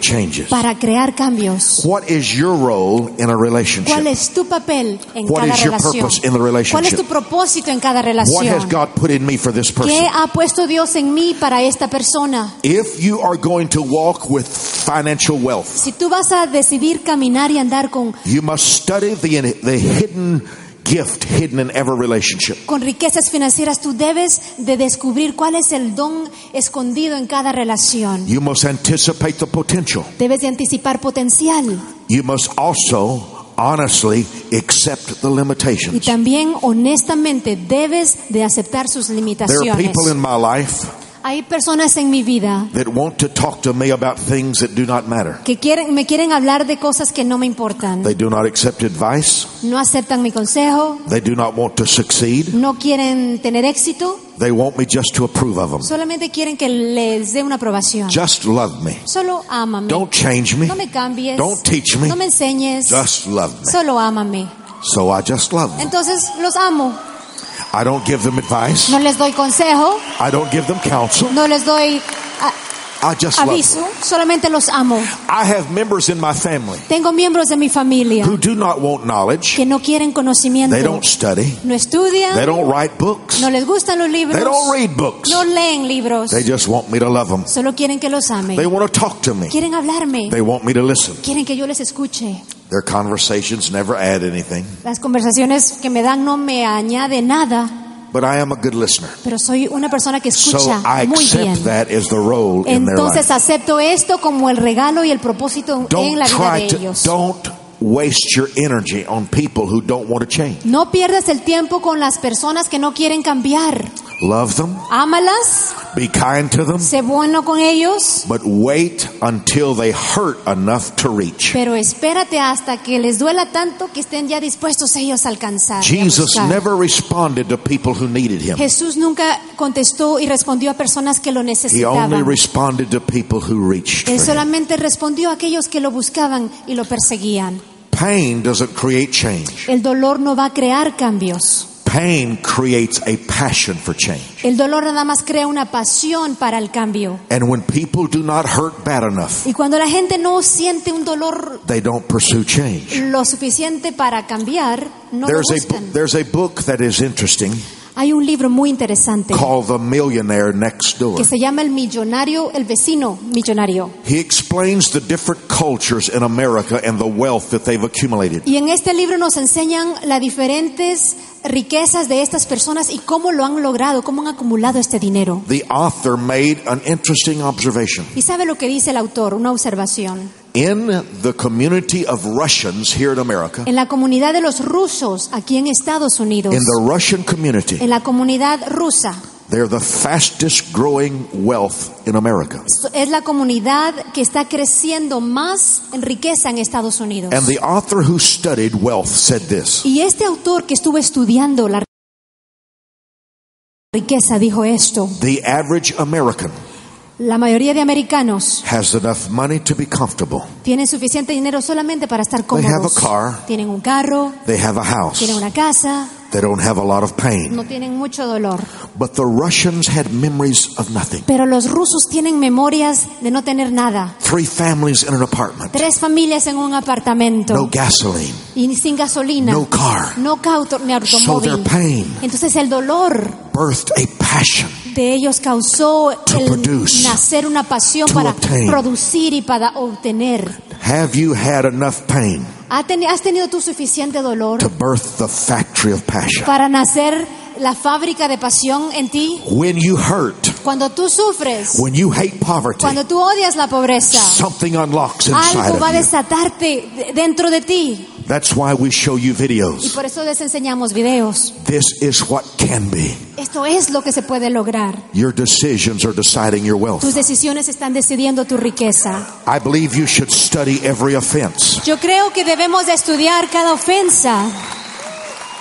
changes.
para crear cambios.
What is your role in a
¿Cuál
relationship?
es tu papel en
What
cada
is your
relación?
purpose in the
¿Cuál es
relationship?
tu propósito en cada
What has
relación?
God put in me for this
¿Qué
person?
ha puesto Dios en mí para esta persona?
If you are going to walk with financial wealth,
Si tú vas a decidir caminar y andar con,
you must study the, the hidden gift hidden in every relationship.
con riquezas financieras, tú debes de descubrir cuál es el don escondido en cada relación.
You must anticipate the potential.
Debes de anticipar potencial
You must also honestly accept the
y
limitations.
también honestamente debes de aceptar sus
There are
limitaciones.
people in my life
Hay personas en mi vida
that want to talk to me about things that do not matter.
que quieren, me quieren hablar de cosas que no me importan.
They do not accept advice.
No aceptan mi consejo,
They do not want to succeed.
no quieren tener éxito,
They want me just to approve of them.
solamente quieren que les dé una aprobación.
Just love me.
Solo ámame.
Don't change me.
No me cambies.
Don't teach me.
No me enseñes.
Just love me.
Solo ámame.
So I just love them.
Entonces los amo.
I don't give them advice.
No les doy consejo,
I don't give them counsel.
no les doy a-
I just love them.
aviso, solamente los amo.
I have members in my family
Tengo miembros de mi familia
who do not want knowledge.
que no quieren conocimiento,
They don't study.
no estudian,
They don't write books.
no les gustan los libros,
They don't read books.
no leen libros,
They just want me to love them.
solo quieren que los ame.
They want to talk to me.
Quieren hablarme,
They want me to listen.
quieren que yo les escuche.
Their conversations never add anything,
Las conversaciones que me dan no me añade nada,
but I am a good listener.
pero soy una persona que
So
escucha
I
muy bien.
accept that as the role in their
Entonces
life.
acepto esto como el regalo y el propósito en
Don't
la vida de
try to,
ellos.
don't waste your energy on people who don't want to change.
No pierdas el tiempo con las personas que no quieren cambiar.
Love them,
Ámalas,
be kind to them,
sé bueno con ellos,
but wait until they hurt enough to reach.
pero espérate hasta que les duela tanto que estén ya dispuestos ellos a alcanzar. y a
Jesus
buscar.
never responded to people who needed him.
Jesús nunca contestó y respondió a personas que lo
He only
necesitaban.
responded to people who reached
Él
for him.
solamente respondió a aquellos que lo buscaban y lo perseguían.
Pain doesn't create change.
El dolor no va a crear cambios.
Pain creates a passion for change.
El dolor nada más crea una pasión para el cambio.
And when people do not hurt bad enough,
Y cuando la gente no siente un dolor
they don't pursue change.
lo suficiente para cambiar, no lo
There's a,
buscan.
there's a book that is interesting
Hay un libro muy interesante
called The Millionaire Next Door.
que se llama El millonario, el vecino millonario.
He explains the different cultures in America and the wealth that they've accumulated.
Y en este libro nos enseñan las diferentes riquezas de estas personas y cómo lo han logrado, cómo han acumulado este dinero.
The author made an interesting observation.
Y sabe lo que dice el autor, una observación.
In the community of Russians here in America,
En la comunidad de los rusos aquí en Estados Unidos,
in the Russian community,
en la comunidad rusa,
They're the fastest growing wealth in America.
es la comunidad que está creciendo más en riqueza en Estados Unidos.
And the author who studied wealth said this
Y este autor que estuvo estudiando la riqueza dijo esto.
The average American
La mayoría de americanos
has enough money to be comfortable.
tienen suficiente dinero solamente para estar cómodos.
have a car.
Tienen un carro,
They have a house.
tienen una casa,
They don't have a lot of pain.
no tienen mucho dolor.
But the Russians had memories of nothing.
Pero los rusos tienen memorias de no tener nada.
Three families in an apartment.
Tres familias en un apartamento
No gasoline.
y sin gasolina.
No car.
No ca- auto- ni
So their
automóvil.
pain
Entonces el dolor
birthed a passion
de ellos causó
To
el
produce.
nacer una pasión
To
para
obtain.
producir y para obtener.
Have you had enough pain
¿Ha teni- ¿Has tenido tú suficiente dolor
to birth the factory of passion?
para nacer la fábrica de pasión en ti?
When you hurt,
Cuando tú sufres,
when you hate poverty,
cuando tú odias la pobreza,
something unlocks inside
algo va a
of you.
desatarte de- dentro de ti.
That's why we show you
Y
videos.
por eso les enseñamos videos.
This is what can be.
Esto es lo que se puede lograr.
Your decisions are deciding your
Tus
wealth.
decisiones están decidiendo tu riqueza.
I believe you should study every offense.
Yo creo que debemos de estudiar cada ofensa.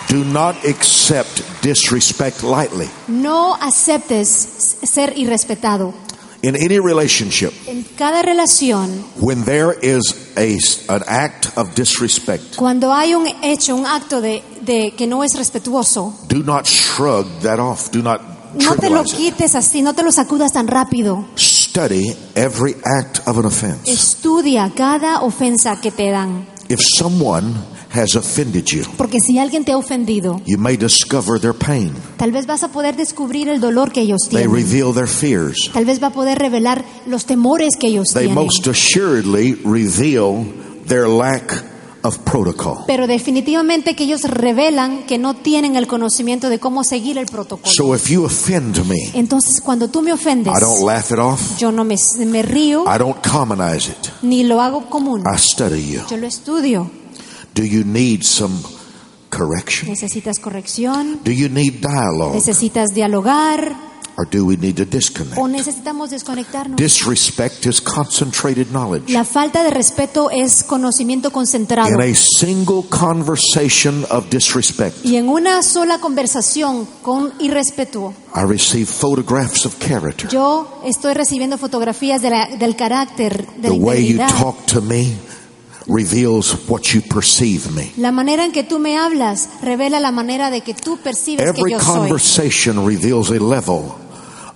Do not accept disrespect lightly.
No aceptes s- ser irrespetado.
In any relationship,
En cada relación,
when there is a, an act of disrespect,
cuando hay un hecho, un acto de- de que no es respetuoso,
do not shrug that off. Do not
No te lo
trivialize it.
quites así, no te lo sacudas tan rápido.
Study every act of an offense.
Estudia cada ofensa que te dan,
If someone has offended you,
porque si alguien te ha ofendido,
you may discover their pain.
tal vez vas a poder descubrir el dolor que ellos
They
tienen.
reveal their fears.
Tal vez va a poder revelar los temores que ellos
They
tienen.
most assuredly reveal their lack of protocol.
Pero definitivamente que ellos revelan que no tienen el conocimiento de cómo seguir el protocolo.
So if you offend me,
Entonces, cuando tú me ofendes,
I don't laugh it off.
yo no me, me río
I don't commonize it.
ni lo hago común.
I study you.
Yo lo estudio.
Do you need some correction?
Necesitas corrección,
Do you need dialogue?
necesitas dialogar
Or do we need to
o
disconnect?
necesitamos desconectarnos.
Disrespect is concentrated knowledge.
La falta de respeto es conocimiento concentrado.
In a single conversation of disrespect,
Y en una sola conversación con irrespeto,
I receive photographs of character.
yo estoy recibiendo fotografías de la- del carácter,
The
de la
way you
integridad.
talk to me reveals what you perceive me.
La manera en que tú me hablas revela la manera de que tú percibes que
Every
yo soy.
conversation reveals a level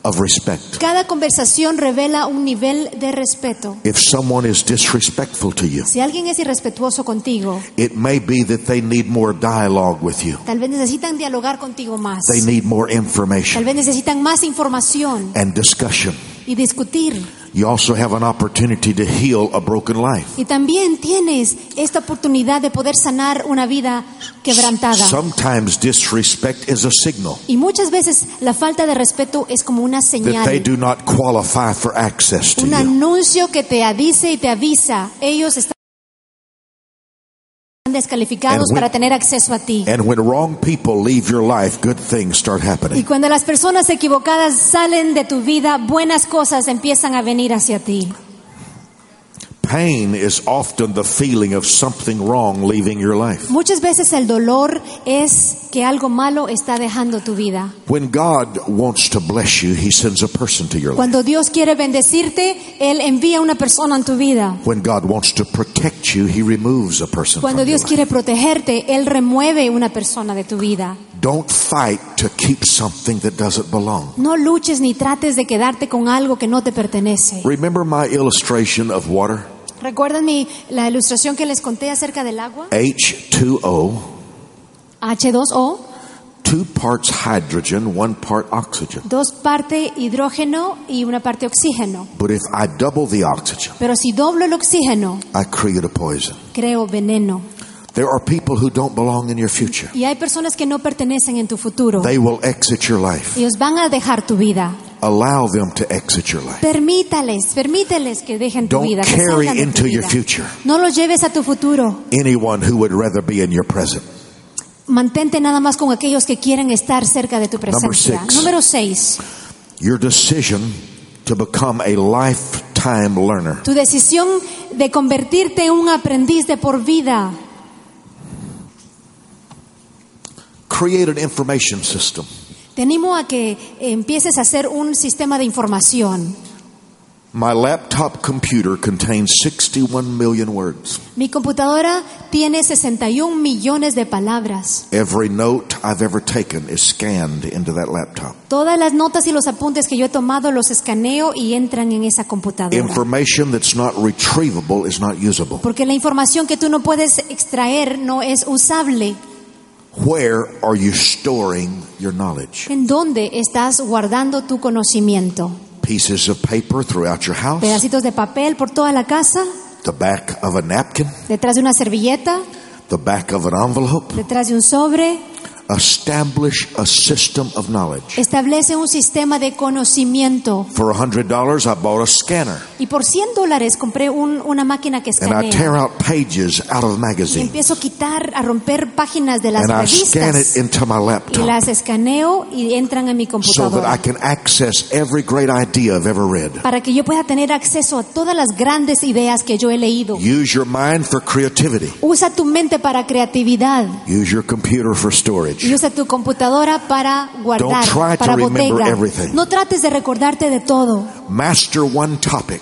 of respect.
Cada conversación revela un nivel de respeto.
If someone is disrespectful to you,
Si alguien es irrespetuoso contigo,
it may be that they need more dialogue with you.
tal vez necesitan dialogar contigo más.
They need more
Tal
information
vez necesitan más información
and discussion.
y discutir.
You also have an opportunity to heal a broken life.
Y también tienes esta oportunidad de poder sanar una vida quebrantada.
Sometimes disrespect is a signal
Y muchas veces la falta de respeto es como una
that they
señal,
do not qualify for access to
un
you.
anuncio que te dice y te avisa. Ellos están descalificados
And we-
para tener acceso a ti.
And when wrong people leave your life, good things start
Y
happening.
cuando las personas equivocadas salen de tu vida, buenas cosas empiezan a venir hacia ti.
Pain is often the feeling of something wrong leaving your life.
Muchas veces el dolor es que algo malo está dejando tu vida.
When God wants to bless you, He sends a person to your life.
Cuando Dios quiere bendecirte, Él envía una persona en tu vida.
When God wants to protect you, He removes a person
Cuando
from your
Dios quiere protegerte, Él remueve una persona de tu vida.
life. Don't fight to keep something that doesn't belong.
No luches ni trates de quedarte con algo que no te pertenece.
Remember my illustration of water?
¿Recuerdan mi, la ilustración que les conté acerca del agua?
H2O,
H2O,
two parts hydrogen, one part oxygen.
dos parte hidrógeno y una parte oxígeno.
But if I double the oxygen,
Pero si doblo el oxígeno,
I create a poison.
creo veneno.
There are people who don't belong in your future.
Y hay personas que no pertenecen en tu futuro.
They will exit your life.
Ellos van a dejar tu vida.
Allow them to exit your life.
Permítales, permíteles que dejen tu
Don't
vida. que
carry
salgan de tu
into your
vida.
future.
No los lleves a tu futuro.
Anyone who would rather be in your present.
Mantente nada más con aquellos que quieren estar cerca de tu presencia.
six.
Número 6.
Your decision to become a lifetime learner.
Tu decisión de convertirte en un aprendiz de por vida.
Create an information system.
Te animo a que empieces a hacer un sistema de información.
My laptop computer contains 61 million words.
Mi computadora tiene 61 millones de palabras.
Every note I've ever taken is scanned into that laptop.
Todas las notas y los apuntes que yo he tomado los escaneo y entran en esa computadora.
Information that's not retrievable is not usable.
Porque la información que tú no puedes extraer no es usable.
Where are you storing your knowledge?
¿En dónde estás guardando tu conocimiento?
Pieces of paper throughout your house,
Pedacitos de papel por toda la casa,
the back of a napkin,
detrás de una servilleta,
the back of an envelope.
detrás de un sobre.
Establish a system of knowledge.
Establece un sistema de conocimiento.
For $100, I bought a scanner
Y por 100 dólares compré un- una máquina que
and I
escanea.
tear out pages out of
Y
magazines
empiezo a quitar, a romper páginas de las
and I scan it
revistas.
into my
y
laptop
las escaneo y entran en mi
so that I
computadora
can access every great idea I've ever read.
para que yo pueda tener acceso a todas las grandes ideas que yo he leído.
Use your mind for creativity.
Usa tu mente para creatividad
Use your computer for
y
storage.
usa tu computadora para
Don't
guardar,
try to
para
remember
bodega.
everything.
No trates de recordarte de todo.
Master one topic.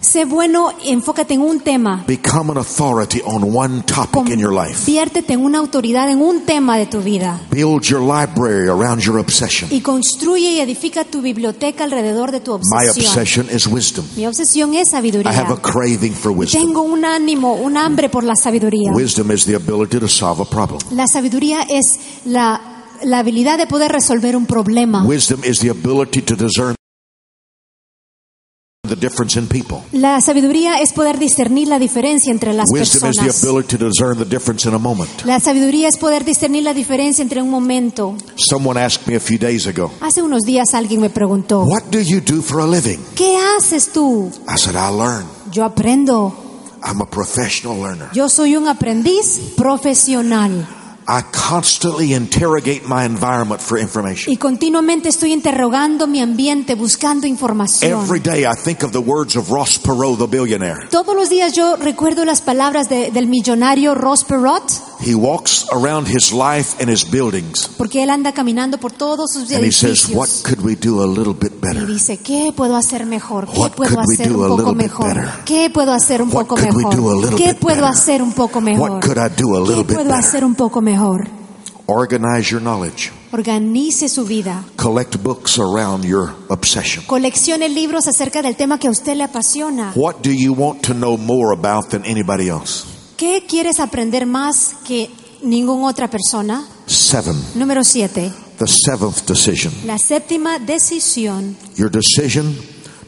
Sé bueno, enfócate en un tema.
Become an authority on one topic in your life.
Conviértete en una autoridad en un tema de tu vida
Build your library around your obsession.
y construye y edifica tu biblioteca alrededor de tu
My
obsesión.
obsession is wisdom.
Mi obsesión es
I
sabiduría.
have a craving for wisdom.
Tengo un ánimo, un hambre por la sabiduría.
Wisdom is the ability to solve a problem.
La sabiduría es la, la habilidad de poder resolver un problema.
Wisdom is the ability to discern the difference in people.
La sabiduría es poder discernir la diferencia entre las
Wisdom is the
personas.
ability to discern the difference in a moment.
La sabiduría es poder discernir la diferencia entre un momento.
Someone asked me a few days ago,
Hace unos días alguien me preguntó,
What do you do for a living?
¿qué haces tú?
I said, I learn.
Yo aprendo.
I'm a professional learner.
Yo soy un aprendiz profesional
I constantly interrogate my environment for information.
y continuamente estoy interrogando mi ambiente, buscando
Every
información.
day I think of the words of Ross Perot, the billionaire.
Todos los días yo recuerdo las palabras de- del millonario Ross Perot,
He walks around his life and his buildings
porque él anda caminando por todos sus
and he says,
edificios.
What could we do a little bit
Y
better?
dice, ¿qué puedo hacer mejor? ¿Qué
What
puedo
could we
hacer
do
un
a
poco
little bit
mejor?
better?
¿Qué puedo hacer un
What
poco
could we do a
mejor?
little
¿Qué
bit
puedo
better?
hacer un poco mejor?
What could I do a
¿Qué
little bit
puedo hacer
better?
un poco mejor?
Organize your knowledge.
Organice su vida.
Collect books around your obsession.
Coleccione libros acerca del tema que a usted le apasiona.
What do you want to know more about than anybody else?
¿Qué quieres aprender más que ninguna otra persona?
Seven.
Número 7.
The seventh decision.
La séptima decisión.
Your decision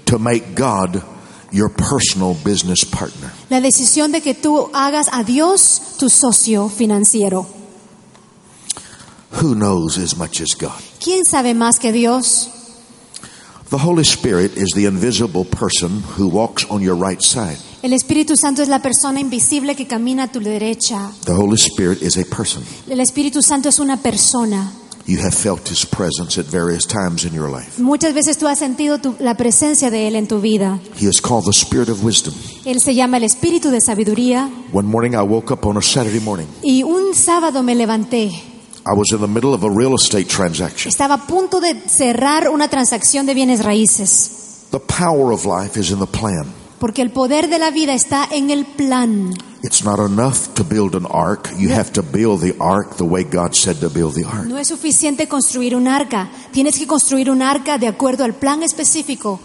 to make God your personal business partner.
La decisión de que tú hagas a Dios tu socio financiero.
Who knows as much as God?
¿Quién sabe más que Dios?
The Holy Spirit is the invisible person who walks on your right side.
El Espíritu Santo es la persona invisible que camina a tu derecha.
The Holy Spirit is a person.
El Espíritu Santo es una persona.
You have felt His presence at various times in your life.
Muchas veces tú has sentido tu- la presencia de Él en tu vida.
He is called the Spirit of Wisdom.
Él se llama el Espíritu de Sabiduría.
One morning I woke up on a Saturday morning.
Y un sábado me levanté.
I was in the middle of a real estate transaction.
Estaba a punto de cerrar una transacción de bienes raíces.
The power of life is in the plan.
Porque el poder de la vida está en el plan.
It's not enough to build an ark. You have to build the ark the way God said to build the ark.
No es suficiente construir un arca. Tienes que construir un arca de acuerdo al plan específico.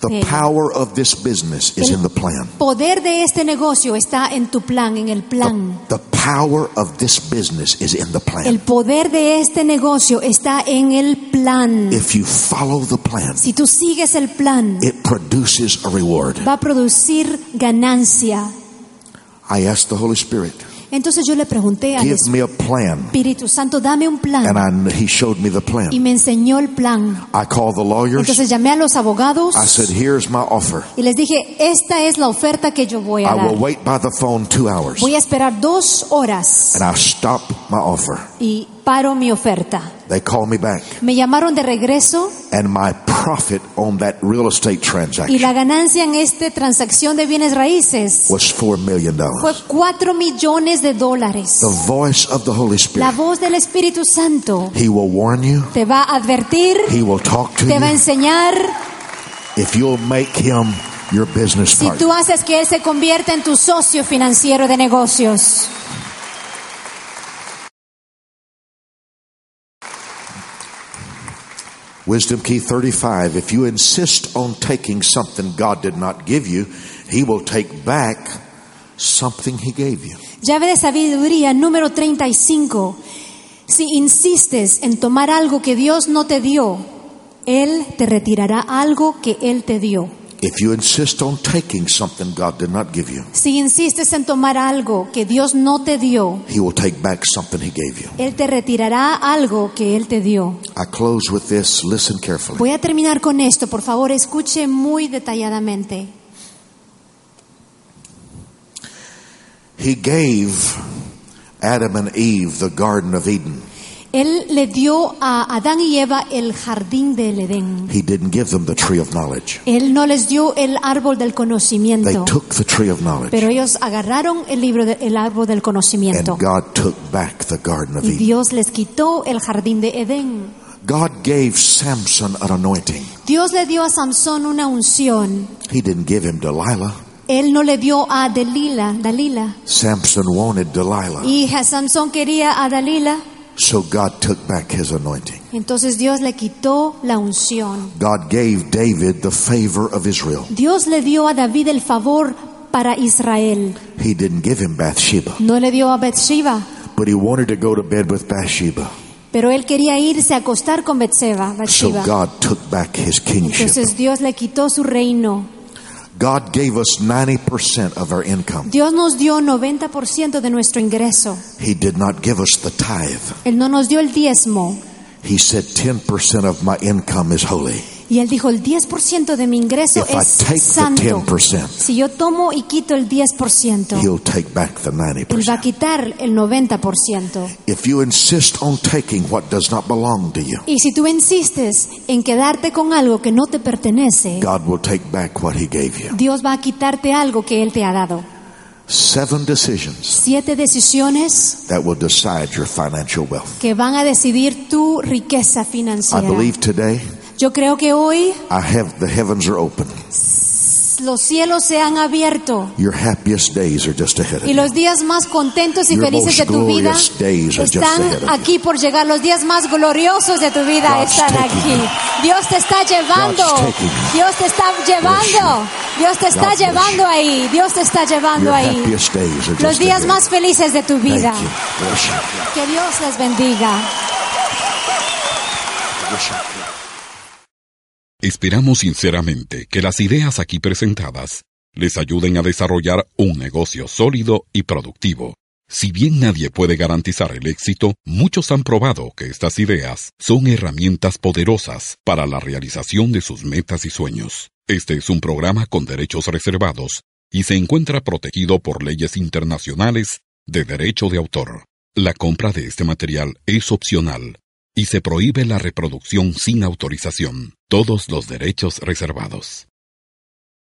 The
Yeah.
power of this business is in the plan.
Poder de este negocio está en tu plan, en el plan.
The power of this business is in the
El
plan.
poder de este negocio está en el plan.
If you follow the plan,
Si tú sigues el plan,
it produces a reward.
va a producir ganancia.
I asked the Holy Spirit,
Entonces yo le pregunté al
give me a plan.
Espíritu Santo, dame un
And
plan.
I, he showed me the
Ah. Y
plan.
me enseñó el plan.
I called the lawyers.
Entonces llamé a los abogados
I said, here's my offer.
y les dije, esta es la oferta que yo voy a
I
dar.
will wait by the phone two hours.
Voy a esperar dos horas
And I stopped my offer.
y paro mi oferta.
They called me back.
Me llamaron de regreso
And my profit on that real estate
y
transaction
la ganancia en esta transacción de bienes raíces
was $4 million.
fue cuatro millones de dólares.
The voice of the Holy
La
Spirit.
voz del Espíritu Santo
He will warn you.
te va a advertir,
He will talk to
te va a
you.
enseñar.
If you'll make him your business
Si
partner.
tú haces que Él se convierta en tu socio financiero de negocios.
Wisdom Key 35. If you insist on taking something God did not give you, he will take back something he gave you.
Llave de sabiduría número 35. Si insistes en tomar algo que Dios no te dio, Él te retirará algo que Él te dio.
If you insist on taking something God did not give you,
Si insistes en tomar algo que Dios no te dio,
he will take back something he gave you.
Él te retirará algo que Él te dio.
I close with this. Listen carefully.
Voy a terminar con esto, por favor, escuche muy detalladamente.
He gave Adam and Eve the Garden of Eden.
Él le dio a Adán y Eva el jardín del Edén.
He didn't give them the tree of knowledge.
Él no les dio el árbol del
They
conocimiento,
took the tree of knowledge.
pero ellos agarraron el, libro de- el árbol del conocimiento.
And God took back the Garden of
Y
Eden.
Dios les quitó el jardín de Edén.
God gave Samson an anointing.
Dios le dio a Sansón una unción.
He didn't give him Delilah.
Él no le dio a Delila, Dalila.
Samson wanted Delilah.
Y a Sansón quería a Dalila.
So God took back his anointing.
Entonces Dios le quitó la unción.
God gave David the favor of Israel.
Dios le dio a David el favor para Israel.
He didn't give him Bathsheba.
No le dio a Bethsheba,
But he wanted to go to bed with Bathsheba.
pero él quería irse a acostar con Bethsheba.
So
Bathsheba.
God took back his kingship.
Entonces Dios le quitó su reino.
God gave us 90% of our income.
Dios nos dio 90% de nuestro ingreso.
He did not give us the tithe.
Él no nos dio el diezmo.
He said 10% of my income is holy.
Y él dijo, el 10% de mi ingreso
If I
es
take
santo.
the 10%,
Si yo tomo y quito el 10%,
he'll take back the
él va a
90%.
quitar el 90%.
If you insist on taking what does not belong to you,
Y si tú insistes en quedarte con algo que no te pertenece,
God will take back what he gave you.
Dios va a quitarte algo que él te ha dado.
Seven decisions
Siete decisiones
that will decide your financial wealth.
que van a decidir tu riqueza
I
financiera.
believe today
Yo creo que hoy
I have the heavens are open.
los cielos se han abierto
Your happiest days are just ahead of
y
you.
los días más contentos y
Your
felices de
most
tu vida
glorious days are just ahead of
están
you.
aquí por llegar. Los días más gloriosos de tu vida
God's
están
taking
aquí.
you.
Dios te está llevando.
God's taking you.
Dios te está llevando. Dios te está
bless you.
llevando ahí. Dios te está llevando
Your
ahí.
happiest days are just
Los días
ahead of
más felices de tu
you. Thank
vida.
you. Bless you.
Que Dios les bendiga.
Bless you.
Esperamos sinceramente que las ideas aquí presentadas les ayuden a desarrollar un negocio sólido y productivo. Si bien nadie puede garantizar el éxito, muchos han probado que estas ideas son herramientas poderosas para la realización de sus metas y sueños. Este es un programa con derechos reservados y se encuentra protegido por leyes internacionales de derecho de autor. La compra de este material es opcional y se prohíbe la reproducción sin autorización, todos los derechos reservados.